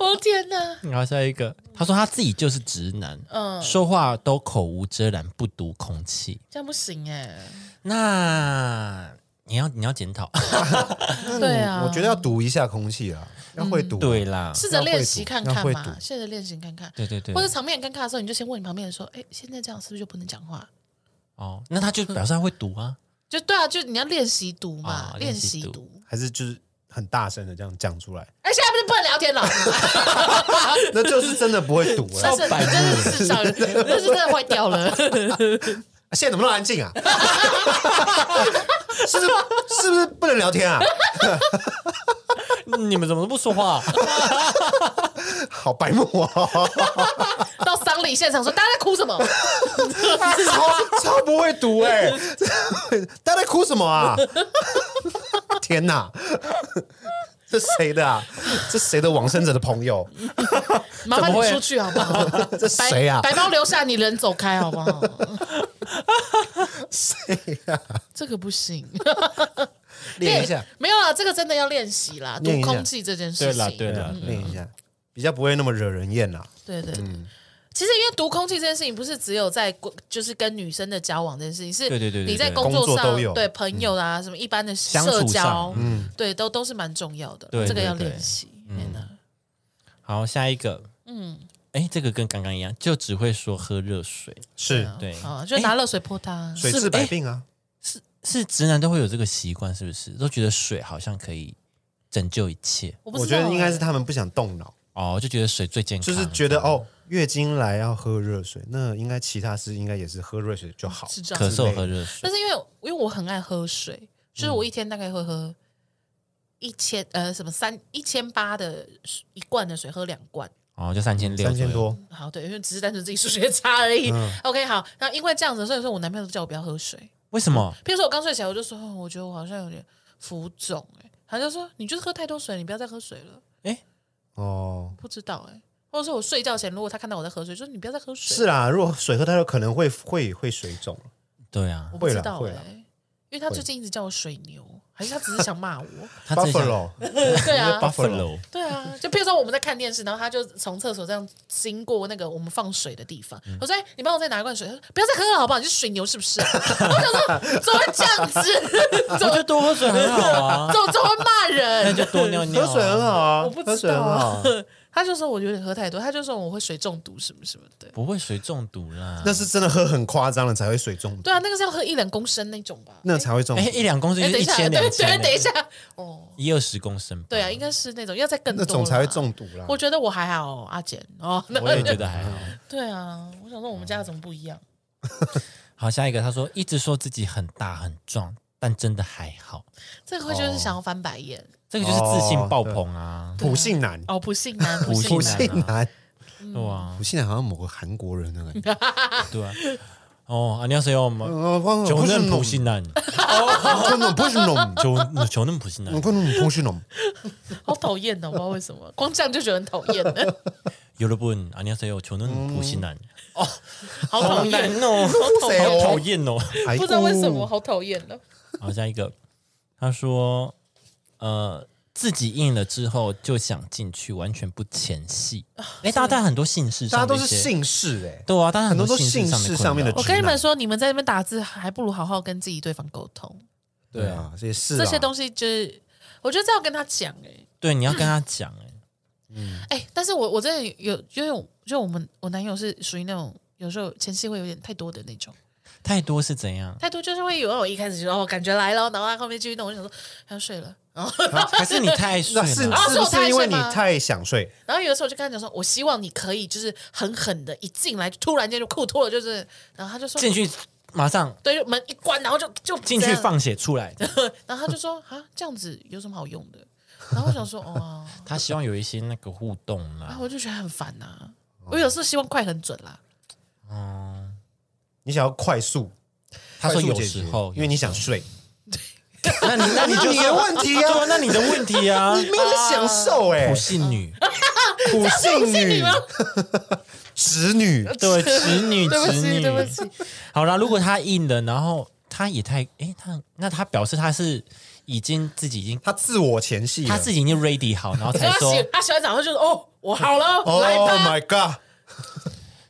Speaker 2: 我的哦天哪！
Speaker 1: 然后下一个，他说他自己就是直男，
Speaker 2: 嗯，
Speaker 1: 说话都口无遮拦，不读空气。
Speaker 2: 这样不行哎。
Speaker 1: 那你要你要检讨，
Speaker 3: 那
Speaker 2: 对
Speaker 3: 你
Speaker 2: 啊
Speaker 3: 我觉得要读一下空气啊，要会读。
Speaker 1: 嗯对啦，
Speaker 2: 试着练习看看
Speaker 3: 要会
Speaker 2: 嘛，
Speaker 3: 读
Speaker 2: 试着练习看看。
Speaker 1: 对对对
Speaker 2: 或，者场面很尴尬的时候，你就先问你旁边人说：“哎，现在这样是不是就不能讲话
Speaker 1: 哦，那他就
Speaker 2: 嗯
Speaker 1: 表示他会读啊，？”
Speaker 2: 就对啊，就你要练习读嘛，
Speaker 1: 啊
Speaker 2: 练
Speaker 1: 练
Speaker 2: 习
Speaker 1: 习读
Speaker 2: 读。
Speaker 3: 还是就是很大声的这样讲出来，
Speaker 2: 哎，现在不是不能聊天了，
Speaker 3: 那就是真的不会啊读
Speaker 2: 但
Speaker 3: 了。
Speaker 2: 是你真是智 障，但是真的坏掉了。
Speaker 3: 现在怎么那么 安静啊？是不是是不是不能聊天啊？
Speaker 1: 你们怎么都不说 话？
Speaker 3: 好白目啊！
Speaker 2: 到丧礼现场说：“大家在哭什 么？
Speaker 3: 超 超不会读哎、 大家在哭什么啊？天哪！这谁的啊？这谁的往生者的朋友？
Speaker 2: 麻烦
Speaker 1: 怎么会
Speaker 2: 你出去好不好？
Speaker 3: 这
Speaker 2: 白
Speaker 3: 谁啊？
Speaker 2: 白猫留下，你人走开好不好？
Speaker 3: 谁啊？
Speaker 2: 这个不行，
Speaker 3: 练一下，
Speaker 2: 没有啊，这个真的要练习啦，
Speaker 3: 练
Speaker 2: 读
Speaker 3: 一下
Speaker 2: 空气这件事
Speaker 1: 对
Speaker 2: 情。
Speaker 1: 啦对
Speaker 3: 对
Speaker 1: 啦
Speaker 3: 啊，，练一下，比较不会那么惹人厌啦。啊
Speaker 2: 对对对。
Speaker 1: 嗯
Speaker 2: 其实，因为读空气这件事情，不是只有在过就是跟女生的交往这件事情，是
Speaker 1: 对对对对
Speaker 2: 你在
Speaker 1: 对嗯
Speaker 2: 工作
Speaker 3: 工
Speaker 2: 上
Speaker 3: 作都有
Speaker 2: 对朋友啊、什么一般的
Speaker 1: 相处
Speaker 2: 社交
Speaker 1: 上，
Speaker 2: 嗯，对，都都是蛮重要的，
Speaker 1: 对
Speaker 2: 这个
Speaker 1: 对
Speaker 2: 要
Speaker 1: 对嗯
Speaker 2: 练习。哎天哪
Speaker 1: 好，下一个，嗯，哎，这个跟刚刚一样，就只会说喝热水，
Speaker 3: 是
Speaker 1: 对哎
Speaker 2: 啊，哎就拿热水泼他，
Speaker 3: 水治百病啊，
Speaker 1: 是是直男都会有这个习惯，是不是？都觉得水好像可以拯救一切
Speaker 2: 我不
Speaker 3: 我
Speaker 2: 知道啊
Speaker 3: 觉
Speaker 2: 欸，
Speaker 3: 得应该是他们不想动脑，
Speaker 1: 哦，就觉得水最健康，
Speaker 3: 就是觉得哦，月经来要喝热水，那应该其他事应该也是喝热水就好。
Speaker 2: 是这样
Speaker 1: 咳
Speaker 2: 子。
Speaker 1: 嗽喝热水
Speaker 2: 但，是因为因为我很爱喝水，就是我一天大概会
Speaker 1: 嗯
Speaker 2: 喝一千呃什么三一千八的水一罐的水，喝两罐。
Speaker 1: 哦，就三千六，
Speaker 3: 三千，多，
Speaker 2: 好，对，因为只是单纯自己数学差而已。OK，好，
Speaker 1: 嗯
Speaker 2: 那因为这样子，所以说我男朋友都叫我不要喝水。
Speaker 1: 为什么？
Speaker 2: 比如说我刚睡起来，我就说，哦我觉得我好像有点浮肿、哎，他就说你就是喝太多水，你不要再喝水了。
Speaker 1: 哎，
Speaker 3: 哦，
Speaker 2: 不知道哎、或者说我睡觉前，如果他看到我在喝水，就说你不要再喝水。
Speaker 3: 是啦，如果水喝太多，可能会会会水肿。
Speaker 1: 对啊
Speaker 2: 我，不知
Speaker 3: 会啦
Speaker 2: 道哎、
Speaker 3: 会啦
Speaker 2: 因为他最近一直叫我水牛，还是他只是想 骂我？
Speaker 1: 他之前
Speaker 3: Buffalo，
Speaker 2: 对啊，
Speaker 1: Buffalo
Speaker 2: 对啊，就比如说我们在看电视，然后他就从厕所这样经过那个我们放水的地方，
Speaker 3: 嗯
Speaker 2: 我说：“哎、你帮我再拿一罐水。”他说：“不要再喝了，好不好？你是水牛是不是、啊？”我想说，怎么会这样子？
Speaker 1: 我
Speaker 2: 怎么
Speaker 1: 觉得多喝水很好啊
Speaker 2: 怎，么怎么会骂
Speaker 1: 那
Speaker 2: 人？
Speaker 1: 就多尿尿
Speaker 3: 喝
Speaker 1: 啊，
Speaker 3: 水很好啊，
Speaker 2: 我不
Speaker 3: 喝
Speaker 2: 知
Speaker 3: 水很
Speaker 2: 道
Speaker 3: 好
Speaker 2: 啊。。 他就说我有点喝太多，他就说我会水中毒什么什么的。
Speaker 1: 不会水中毒啦。
Speaker 3: 那是真的喝很夸张了才会水中毒，
Speaker 2: 对啊，那个是要喝一两公升那种吧？
Speaker 3: 那才会中毒
Speaker 1: 哎，。一两公升
Speaker 2: 哎，
Speaker 1: 就
Speaker 2: 等
Speaker 1: 是一
Speaker 2: 一下，
Speaker 1: 千
Speaker 2: 对
Speaker 1: 两
Speaker 2: 对，
Speaker 1: 千，
Speaker 2: 等一下，哦，
Speaker 1: 一二十公升，
Speaker 2: 对啊，，应该是那种要再更多
Speaker 3: 那种才会啊
Speaker 2: 啦。
Speaker 3: 中毒啦
Speaker 2: 我。觉得我还好，阿简哦，那
Speaker 1: 我也觉得还好。
Speaker 2: 对啊，我想说我们家怎么不一样？
Speaker 1: 好，下一个，他说一直说自己很大很壮，但真的还好，
Speaker 2: 这个会就是想要翻白眼
Speaker 1: 这个就是自信
Speaker 3: 哦
Speaker 1: 爆棚啊，
Speaker 3: 普信男，
Speaker 2: 哦，不信男，不
Speaker 1: 不
Speaker 2: 信
Speaker 1: 信男，
Speaker 2: 男
Speaker 3: 信男，
Speaker 1: 对啊
Speaker 3: 普，信男好像某个韩国人那个。
Speaker 1: 对啊。哦，안녕하세요，我们저
Speaker 3: 九
Speaker 1: 는 불신한,
Speaker 3: 能不是农，
Speaker 1: 저저는 불신한.
Speaker 3: 可能不是农。
Speaker 2: 好讨厌哦，不知道为什么，光这样就觉得很讨厌，
Speaker 1: 여러분, 안녕하세요. 저는 불신한.
Speaker 2: 好讨厌，
Speaker 1: 어.
Speaker 2: 好讨
Speaker 3: 谁
Speaker 2: 厌，
Speaker 3: 嗯哦
Speaker 1: 讨厌哦。
Speaker 3: 哎呦
Speaker 2: 不知道为什么，好讨厌哦呢。
Speaker 1: 好，下一个，他说，呃，自己印了之后就想进去，完全不前戏。哎，大家很多姓氏，
Speaker 3: 大家都是，姓氏哎，
Speaker 1: 对啊，大家
Speaker 3: 很多都
Speaker 1: 姓
Speaker 3: 姓氏
Speaker 1: 上
Speaker 3: 上面的
Speaker 2: 我
Speaker 1: 困扰
Speaker 2: 跟你们说，你们在那边打字，还不如好好跟自己对方沟通。
Speaker 1: 对
Speaker 3: 对
Speaker 1: 啊，
Speaker 3: 啊，这些事啊
Speaker 2: 这些东西就是，我觉得这要跟他讲哎、欸、
Speaker 1: 对，你要跟他讲，哎，
Speaker 2: 哎、但是我我真的有，因为我就我们我男友是属于那种有时候前戏会有点太多的那种，
Speaker 1: 太多是怎样？
Speaker 2: 太多就是会有我一开始就哦感觉来了，然后他后面继续弄，我就想说他要睡了，然后
Speaker 1: 还是你太 爱睡
Speaker 3: 那啊是
Speaker 1: 了？
Speaker 2: 啊是
Speaker 3: 是
Speaker 2: 我
Speaker 3: 不
Speaker 2: 太
Speaker 3: 是因为
Speaker 2: 睡
Speaker 3: 你
Speaker 2: 吗
Speaker 3: 太想睡？
Speaker 2: 然后有的时候我就跟他讲说，我希望你可以就是狠狠的一进来，突然间就裤脱了，就是，然后他就说
Speaker 1: 进去马上
Speaker 2: 对，就门一关，然后就就
Speaker 1: 进
Speaker 2: 这
Speaker 1: 去
Speaker 2: 样
Speaker 1: 放血出来，
Speaker 2: 然后他就说啊这样子有什么好用的？然后我想说哦、啊
Speaker 1: 他希望有一些那个互动
Speaker 2: 然
Speaker 1: 啦
Speaker 2: 后。我就觉得很烦呐、啊我有时候希望快很准 啦。
Speaker 1: 哦
Speaker 3: 你想要快速，
Speaker 1: 他说
Speaker 3: 快速
Speaker 1: 有
Speaker 3: 解
Speaker 1: 时
Speaker 3: 决
Speaker 1: 候，
Speaker 3: 因为你想睡，
Speaker 1: 那你那你
Speaker 3: 那
Speaker 1: 就
Speaker 3: 你的问题
Speaker 1: 对
Speaker 3: 啊
Speaker 1: 啊，，那你的问题啊，
Speaker 3: 你没有在享受哎
Speaker 1: 普，信女，
Speaker 3: 普信
Speaker 2: 信你
Speaker 3: 女
Speaker 2: 吗、
Speaker 3: 直女，
Speaker 1: 对，直女，
Speaker 2: 对不
Speaker 1: 直
Speaker 2: 起，
Speaker 1: 女，
Speaker 2: 对不起，
Speaker 1: 好啦，如果他硬了，然后他也太诶，他那他表示他是已经自己已经
Speaker 3: 她自我前戏了，
Speaker 1: 他自己已经 ready 好，然后
Speaker 2: 所
Speaker 1: 才
Speaker 2: 以他
Speaker 1: 说，
Speaker 2: 洗他洗完澡后就说：“哦，我好了，
Speaker 3: Oh
Speaker 2: 来吧。
Speaker 3: my god！”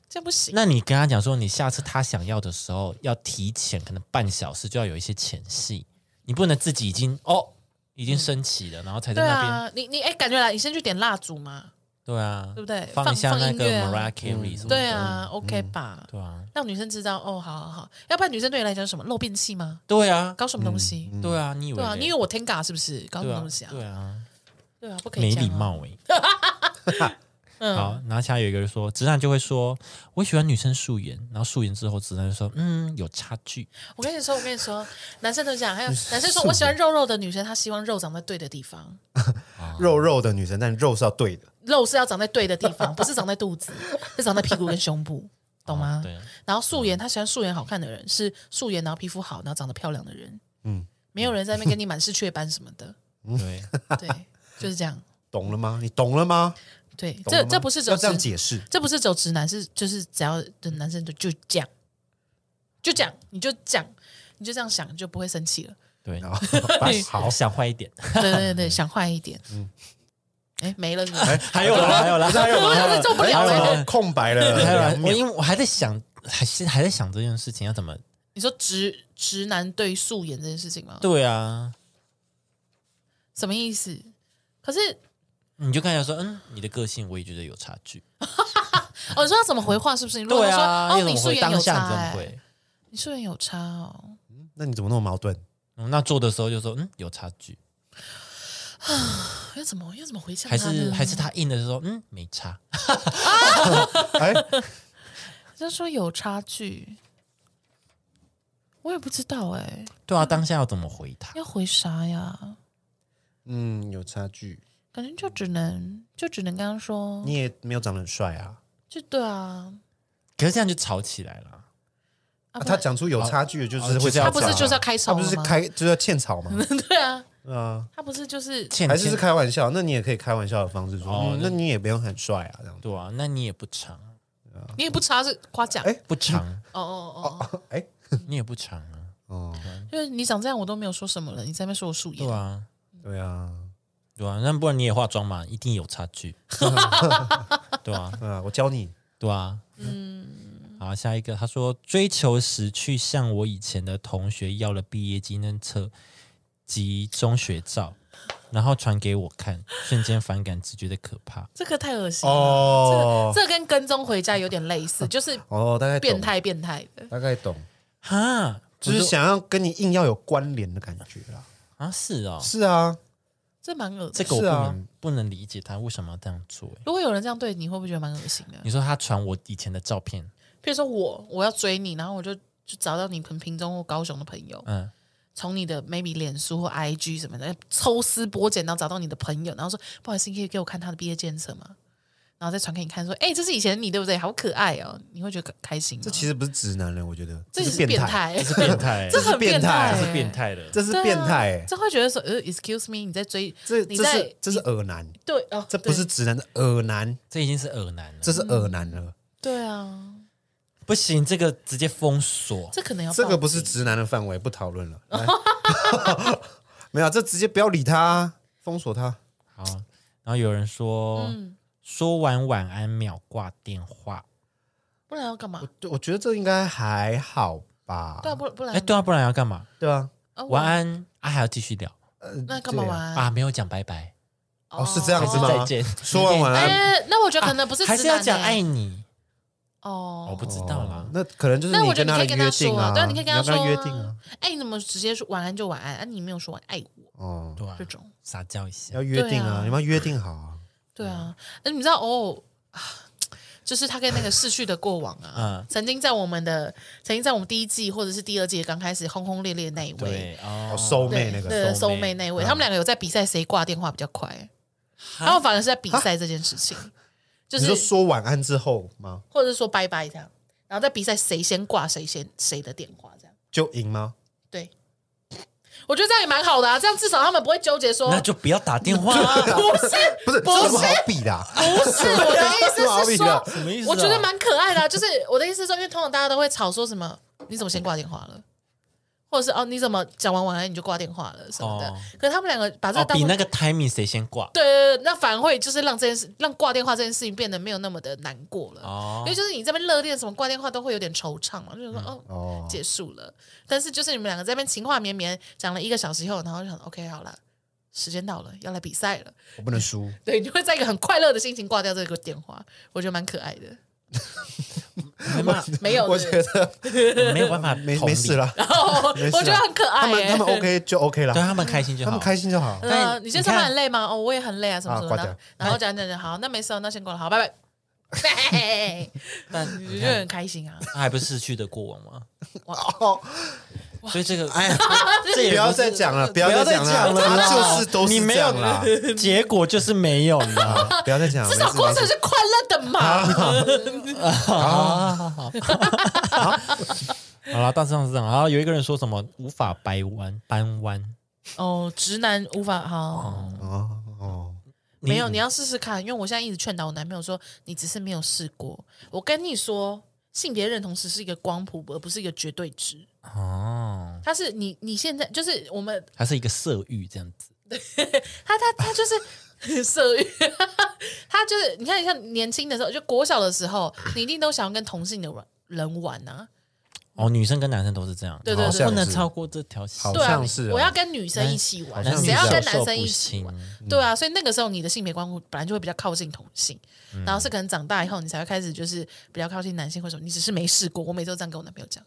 Speaker 2: 这样不行，
Speaker 1: 那你跟他讲说，你下次他想要的时候要提前，可能半小时就要有一些前戏，你不能自己已经哦已经升起了，然后才在
Speaker 2: 对
Speaker 1: 那边。
Speaker 2: 啊，你你哎，感觉来，你先去点蜡烛嘛，
Speaker 1: 对啊，
Speaker 2: 对不对
Speaker 1: 放一下
Speaker 2: 放
Speaker 1: 那
Speaker 2: 放音
Speaker 1: 个
Speaker 2: 乐啊
Speaker 1: Mariah Carey 什么的。
Speaker 2: 对啊，OK 吧？
Speaker 1: 对啊，
Speaker 2: 让女生知道哦，好好好，要不然女生对你来讲是什么漏便器吗？
Speaker 1: 对啊，
Speaker 2: 搞什么东西？
Speaker 1: 对啊，你以为
Speaker 2: 对啊，
Speaker 1: 嘞
Speaker 2: 你以为我 Tenga 是不是？搞什
Speaker 1: 对
Speaker 2: 么
Speaker 1: 啊
Speaker 2: 东西啊？
Speaker 1: 对啊，
Speaker 2: 对啊，不可以嗯
Speaker 1: 没
Speaker 2: 这样
Speaker 1: 礼
Speaker 2: 啊。
Speaker 1: 貌哎。好，然后下有一个就说，直男就会说，我喜欢女生素颜，然后素颜之后，直男就说，嗯，有差距。
Speaker 2: 我跟你说，我跟你说，男生都这样。还有男生说我喜欢肉肉的女生，他希望肉长在对的地方，
Speaker 3: 肉肉的女生，但肉是要对的。
Speaker 2: 肉是要长在对的地方，不是长在肚子，是长在屁股跟胸部，懂吗？
Speaker 1: 哦对，
Speaker 2: 然后素颜，他喜欢素颜好看的人，是素颜然后皮肤好，然后长得漂亮的人。嗯
Speaker 3: 嗯，
Speaker 2: 没有人在那边跟你满是雀斑什么 的。
Speaker 1: 对，
Speaker 2: 对，就是这样。
Speaker 3: 懂了吗？你懂了吗？
Speaker 2: 对，
Speaker 3: 懂了
Speaker 2: 这
Speaker 3: 吗
Speaker 2: 这不是走
Speaker 3: 要这
Speaker 2: 直，
Speaker 3: 样 解释，
Speaker 2: 这不是走直男，是就是只要的男生就就这样，就这样，你就这样，你就这样想，你就不会生气了。
Speaker 1: 对，
Speaker 3: 然后把哦好
Speaker 1: 好，想坏一点。
Speaker 2: 对对对，想坏一点。 嗯，哎，没了是不是。
Speaker 1: 还有啦，还有 啦，还有
Speaker 2: 我
Speaker 1: 啦，
Speaker 2: 真的做不了哎
Speaker 1: 还有
Speaker 2: 了
Speaker 1: 啦。
Speaker 3: 好空白了
Speaker 1: 还有啦
Speaker 3: 两
Speaker 1: 我
Speaker 3: 秒，
Speaker 1: 因为我还在想，还是还在想这件事情要怎么。
Speaker 2: 你说直直男对于素颜这件事情吗？
Speaker 1: 对啊，
Speaker 2: 什么意思？可是
Speaker 1: 你就刚才说，嗯，你的个性我也觉得有差距。
Speaker 2: 哦，你说要怎么回话？是不是？如果
Speaker 1: 对
Speaker 2: 说
Speaker 1: 啊，
Speaker 2: 哦，
Speaker 1: 要怎
Speaker 2: 你
Speaker 1: 么
Speaker 2: 素
Speaker 1: 回
Speaker 2: 颜有
Speaker 1: 当下
Speaker 2: 差
Speaker 1: 你怎么
Speaker 2: 欸，
Speaker 1: 回？
Speaker 2: 你素颜有差哦。
Speaker 3: 那你怎么那么矛 盾？
Speaker 1: 嗯那做的时候就说，嗯，有差距，
Speaker 2: 要怎么要怎么回向
Speaker 1: 还
Speaker 2: 他
Speaker 1: 是
Speaker 2: 呢？
Speaker 1: 还是他硬的时候，嗯，没差。
Speaker 3: 哎，
Speaker 2: 就说有差距，我也不知道哎、
Speaker 1: 对啊，当下要怎么回他？
Speaker 2: 要回啥呀？
Speaker 3: 嗯，有差距。
Speaker 2: 感觉就只能就只能跟他说，
Speaker 3: 你也没有长得很帅啊。
Speaker 2: 就对啊，
Speaker 1: 可是这样就吵起来了。
Speaker 2: 啊
Speaker 3: 啊他讲出有差距，就是
Speaker 1: 哦
Speaker 3: 会
Speaker 1: 就是要
Speaker 2: 他不是
Speaker 1: 吵啊
Speaker 2: 就是要开吵
Speaker 3: 他
Speaker 2: 了
Speaker 3: 不
Speaker 2: 吗？
Speaker 3: 是开就是要欠 吵吗？
Speaker 2: 对啊，
Speaker 3: 对啊，
Speaker 2: 他不是就是
Speaker 1: 欠
Speaker 3: 还是是
Speaker 1: 欠
Speaker 3: 开玩笑？那你也可以开玩笑的方式说，
Speaker 1: 哦
Speaker 3: 嗯
Speaker 1: 那
Speaker 3: 那你也没有很帅啊，这样子。
Speaker 1: 对啊，那你也不长，
Speaker 2: 你也不差是夸奖，
Speaker 3: 哎
Speaker 1: 不长，
Speaker 2: 哦哦哦，
Speaker 3: 哎，
Speaker 1: 你也不长啊。
Speaker 3: 哦，
Speaker 2: 就是你长这样我都没有说什么了，你在那边说我素颜
Speaker 1: 对，啊，
Speaker 3: 对啊，
Speaker 1: 对啊，那不然你也化妆嘛，一定有差 距。对啊，
Speaker 3: 对啊，我教你。
Speaker 1: 对啊，嗯。好，下一个，他说追求时去向我以前的同学要了毕业纪念册及中学照，然后传给我看，瞬间反感，只觉得可怕。
Speaker 2: 这个太恶心了。
Speaker 3: 哦
Speaker 2: 这跟跟踪回家有点类 似，就是
Speaker 3: 哦，大概懂
Speaker 2: 变，态变态的。
Speaker 3: 大概懂，
Speaker 1: 哈，
Speaker 3: 就是想要跟你硬要有关联的感觉啦。
Speaker 1: 啊，是哦，
Speaker 3: 是啊，
Speaker 2: 这蛮恶
Speaker 1: 这
Speaker 2: 心。
Speaker 1: 个我不
Speaker 3: 是
Speaker 1: 能、
Speaker 3: 啊
Speaker 1: 不能理解他为什么要这样做。欸
Speaker 2: 如果有人这样对你，会不会觉得蛮恶心的？
Speaker 1: 你说他传我以前的照 片，
Speaker 2: 譬如说我我要追你，然后我就就找到你可能屏中或高雄的朋友，
Speaker 1: 嗯，
Speaker 2: 从你的 maybe 脸书或 IG 什么的抽丝剥茧，然后找到你的朋友，然后说不好意思，你可以给我看他的毕业建设吗？然后再传给你看，说哎、这是以前的你对不对？好可爱哦，你会觉得开心吗？
Speaker 3: 这其实不是直男人，我觉得
Speaker 2: 这只
Speaker 3: 是
Speaker 2: 是变
Speaker 3: 态，
Speaker 2: 态，
Speaker 1: 是变态欸，
Speaker 2: 这
Speaker 3: 是
Speaker 2: 很
Speaker 3: 变态
Speaker 2: 态，
Speaker 3: 这
Speaker 1: 是变。态的。
Speaker 3: 这是
Speaker 2: 对啊
Speaker 3: 变态欸，
Speaker 2: 这会觉得说，呃，excuse me，你在追，
Speaker 3: 这
Speaker 2: 你
Speaker 3: 这
Speaker 2: 在
Speaker 3: 是这是耳男，
Speaker 2: 对哦，
Speaker 3: 这不
Speaker 2: 对嗯
Speaker 3: 是直男，是耳男，
Speaker 1: 这已经是耳男了，
Speaker 3: 这是耳男了。
Speaker 2: 对啊，
Speaker 1: 不行，这个直接封锁。
Speaker 2: 这可能要
Speaker 3: 这
Speaker 2: 报
Speaker 3: 个不是直男的范围，不讨论了。来 没有啊，这直接不要理他啊，封锁他。
Speaker 1: 好，然后有人说，
Speaker 2: 嗯
Speaker 1: 说完晚安秒挂电话。
Speaker 2: 不然要干嘛？
Speaker 3: 对，我觉得这应该还好吧
Speaker 2: 对。啊，不不然
Speaker 1: 哎，对啊，不然要干嘛？
Speaker 3: 对啊，
Speaker 2: 啊
Speaker 1: 晚，安啊，还要继续聊
Speaker 2: 那干嘛啊
Speaker 3: 对啊
Speaker 2: 晚安？
Speaker 1: 啊？没有讲拜拜，
Speaker 3: 哦是这样
Speaker 1: 还
Speaker 3: 子
Speaker 1: 是
Speaker 3: 吗
Speaker 1: 再见？
Speaker 3: 说完晚安
Speaker 2: 哎，那我觉得可能不是
Speaker 1: 还
Speaker 2: 直
Speaker 1: 是
Speaker 2: 男
Speaker 1: 要讲
Speaker 2: 欸
Speaker 1: 爱你？我
Speaker 2: 哦。
Speaker 1: 不知道啊啦
Speaker 3: 哦。那可能就是
Speaker 2: 那我觉
Speaker 3: 跟
Speaker 2: 得
Speaker 3: 他
Speaker 2: 可
Speaker 3: 的
Speaker 2: 以跟他
Speaker 3: 约定
Speaker 2: 说对啊，你可以跟
Speaker 3: 要
Speaker 2: 他
Speaker 3: 跟
Speaker 2: 说
Speaker 3: 约定啊。。
Speaker 2: 哎，你怎么直接说晚安就晚安？啊，你没有说晚爱我
Speaker 3: 哦，
Speaker 1: 对啊
Speaker 2: 这，种。
Speaker 1: 撒娇一下
Speaker 3: 要。约定
Speaker 2: 对啊
Speaker 3: 啊，你们要约定好啊。
Speaker 2: 对啊，哎，你知道哦。啊就是他跟那个逝去的过往啊
Speaker 1: 嗯，
Speaker 2: 曾经在我们的，曾经在我们第一季或者是第二季刚开始轰轰烈烈那一位，
Speaker 1: 对哦
Speaker 3: 哦，收妹
Speaker 2: 对
Speaker 3: 那个
Speaker 2: 对，
Speaker 1: soul
Speaker 2: 收妹
Speaker 1: mate
Speaker 2: 那一位，他们两个有在比赛谁挂电话比较快，他们反而是在比赛这件事情，就
Speaker 3: 你说
Speaker 2: 是
Speaker 3: 说晚安之后吗？
Speaker 2: 或者是说拜拜这样，然后在比赛谁先挂谁先谁的电话这样。
Speaker 3: 就赢吗？
Speaker 2: 对，我觉得这样也蛮好的啊，这样至少他们不会纠结说
Speaker 1: 那就不要打电话、 啊。
Speaker 2: 不是
Speaker 3: 不是，这
Speaker 2: 不
Speaker 3: 有什么
Speaker 2: 是
Speaker 3: 好比的啊？
Speaker 2: 不 是我的意
Speaker 3: 这有什么好
Speaker 2: 思
Speaker 3: 比
Speaker 2: 是
Speaker 3: 的
Speaker 2: 说，
Speaker 1: 什么意思啊
Speaker 2: 我觉得蛮可爱的、啊，就是我的意思是说，因为通常大家都会吵说什么，你怎么先挂电话了，或者是哦你怎么讲完晚安你就挂电话了什么的。
Speaker 1: 哦
Speaker 2: 可是他们两个把这
Speaker 1: 哦
Speaker 2: 个，当
Speaker 1: 比
Speaker 2: 做、
Speaker 1: 那个 timing 谁先挂？
Speaker 2: 对对对，那反而会就是让这件事让挂电话这件事情变得没有那么的难过了。
Speaker 1: 哦
Speaker 2: 因为就是你这边热恋什么挂电话都会有点惆怅嘛，就是说哦
Speaker 3: 哦
Speaker 2: 结束了。但是就是你们两个在那边情话绵绵讲了一个小时以后，然后就想 OK 好了，时间到了，要来比赛了。
Speaker 3: 我不能输，
Speaker 2: 对，你就会在一个很快乐的心情挂掉这个电话，我觉得蛮可 爱
Speaker 3: 啊
Speaker 2: 的。
Speaker 1: 没办法，
Speaker 2: 没有，
Speaker 3: 我
Speaker 2: 对
Speaker 3: 觉
Speaker 2: 不对
Speaker 3: 得
Speaker 1: 哦没有办法，
Speaker 3: 没没事
Speaker 1: 了。
Speaker 3: 了。
Speaker 2: 哦，
Speaker 3: 没事啊
Speaker 2: 我觉得很可
Speaker 3: 他
Speaker 2: 爱
Speaker 3: 们
Speaker 2: 耶。
Speaker 3: 他 们 OK 就 OK
Speaker 1: 对
Speaker 3: 了，
Speaker 1: 他们开心就
Speaker 3: 他
Speaker 1: 好。
Speaker 3: 们开心就好。
Speaker 2: 呃，
Speaker 1: 但
Speaker 2: 你今天
Speaker 1: 你
Speaker 2: 上班
Speaker 1: 看
Speaker 2: 很累吗？哦，我也很累啊，什么
Speaker 3: 啊
Speaker 2: 什么
Speaker 3: 挂
Speaker 2: 的
Speaker 3: 掉。
Speaker 2: 然后讲讲讲，好，那没事哦，那先挂了，好， 拜拜。
Speaker 1: 但
Speaker 2: 我
Speaker 1: 你
Speaker 2: 觉得
Speaker 1: 看
Speaker 2: 很开心 啊，
Speaker 1: 他还不是逝去的过往吗？
Speaker 3: 哦，
Speaker 1: 所以这个， 哎呀，这也
Speaker 3: 不要
Speaker 1: 是
Speaker 3: 再讲了，不
Speaker 1: 不
Speaker 3: 要
Speaker 1: 要
Speaker 3: 再
Speaker 1: 再
Speaker 3: 讲
Speaker 1: 讲
Speaker 3: 了，
Speaker 1: 了
Speaker 3: 他
Speaker 1: 啦
Speaker 3: 就是都
Speaker 1: 你
Speaker 3: 是这
Speaker 1: 没有
Speaker 3: 样啦。
Speaker 1: 结果就是没有呢。
Speaker 3: 啊不要再讲了，
Speaker 2: 至少
Speaker 3: 没事啊
Speaker 2: 过
Speaker 3: 没
Speaker 2: 程
Speaker 3: 事
Speaker 2: 是快乐的嘛。
Speaker 1: 好了，大致上是这样。然后有一个人说什么无法掰弯扳弯，
Speaker 2: 哦，直男无法好，
Speaker 3: 哦哦，
Speaker 2: 没有，你要试试看，因为我现在一直劝导我男朋友说，你只是没有试过。我跟你说，性别认同只是一个光谱，而不是一个绝对值。
Speaker 1: 哦，
Speaker 2: 它是你你现在就是我们
Speaker 1: 还是一个色欲这样子。
Speaker 2: 他他他就是 色欲，他就是你看，你像年轻的时候，就国小的时候，你一定都想要跟同性的人玩啊，
Speaker 1: 哦，女生跟男生都是这样，哦
Speaker 2: 对对
Speaker 3: 好
Speaker 2: 对
Speaker 3: 像
Speaker 1: 不能
Speaker 3: 是
Speaker 1: 超过这条线
Speaker 3: 好。
Speaker 2: 对啊
Speaker 3: 像是，啊
Speaker 2: 我要跟女生一起玩，
Speaker 3: 好像是
Speaker 2: 谁要跟
Speaker 1: 受
Speaker 2: 男生一起
Speaker 1: 不
Speaker 2: 玩？
Speaker 1: 亲
Speaker 2: 对啊，所以那个时候你的性别光谱本来就会比较靠近同性，
Speaker 1: 嗯
Speaker 2: 然后是可能长大以后你才会开始就是比较靠近男性或者什么，你只是没试过。我每次都这样跟我男朋友讲，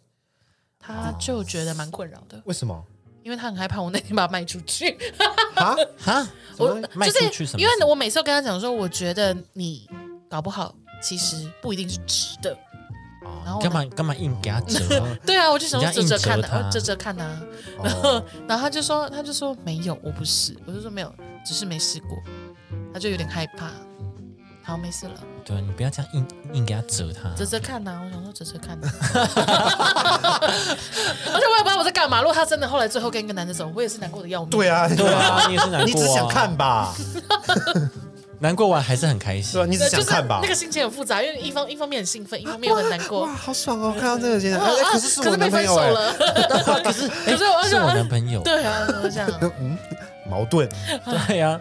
Speaker 2: 他就觉得蛮困扰的，
Speaker 3: 为什么
Speaker 2: 因为他很害怕我那天把他卖出去。
Speaker 3: 啊？
Speaker 1: 哈，
Speaker 2: 我
Speaker 1: 卖
Speaker 2: 就是
Speaker 1: 出去什么意
Speaker 2: 因
Speaker 1: 思
Speaker 2: 为我每次都跟他讲说，我觉得你搞不好其实不一定是直的。然后
Speaker 1: 干嘛干嘛硬给他折啊？
Speaker 2: 对啊，我就想说
Speaker 1: 人家
Speaker 2: 折
Speaker 1: 硬
Speaker 2: 折看
Speaker 1: 折他
Speaker 2: 啊，折折看啊。然后、
Speaker 3: 哦
Speaker 2: 然后他就说，他就说没有，我不是，我就说没有，只是没试过。他就有点害怕。好，没事了，
Speaker 1: 对啊你不要这样硬硬给他折他。
Speaker 2: 折折看呐、我想说折折看、啊。 而且我也不知道我在干嘛。如果他真的后来最后跟一个男的走，我也是难过的要命。
Speaker 3: 对啊，
Speaker 1: 对啊，你也是难过啊。
Speaker 3: 你只想看吧？
Speaker 1: 难过完还是很开心
Speaker 3: 对啊，。你
Speaker 2: 对，
Speaker 3: 只
Speaker 2: 就
Speaker 3: 想
Speaker 2: 是
Speaker 3: 看吧
Speaker 2: 那？个心情很复杂，因为一方一方面很兴奋，一方面又很难过。
Speaker 3: 哇，好爽哦！看到这个现在，哎，
Speaker 2: 啊
Speaker 3: 可是是
Speaker 2: 可
Speaker 3: 我
Speaker 2: 是
Speaker 3: 男
Speaker 2: 被
Speaker 3: 朋
Speaker 2: 分
Speaker 3: 友
Speaker 2: 手
Speaker 3: 哎，
Speaker 2: 了，可是可是
Speaker 3: 啊
Speaker 2: 我
Speaker 1: 是我男朋友。
Speaker 2: 对啊，我想
Speaker 3: 嗯，矛盾 啊
Speaker 1: 对呀、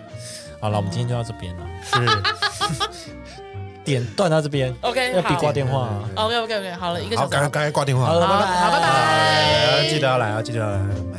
Speaker 1: 好了，我们今天就到这边了，
Speaker 3: 是
Speaker 1: 点断到这边。
Speaker 3: 哦
Speaker 2: OK，
Speaker 1: 要比
Speaker 2: 好
Speaker 1: 挂电话、啊。
Speaker 2: OK OK OK，好了，一个
Speaker 3: 好，
Speaker 2: 小时
Speaker 3: 赶快，赶快挂电话，
Speaker 1: 好了
Speaker 2: 好，
Speaker 1: 拜拜
Speaker 2: 好，拜拜
Speaker 3: 哎。记得要来啊，记得要来。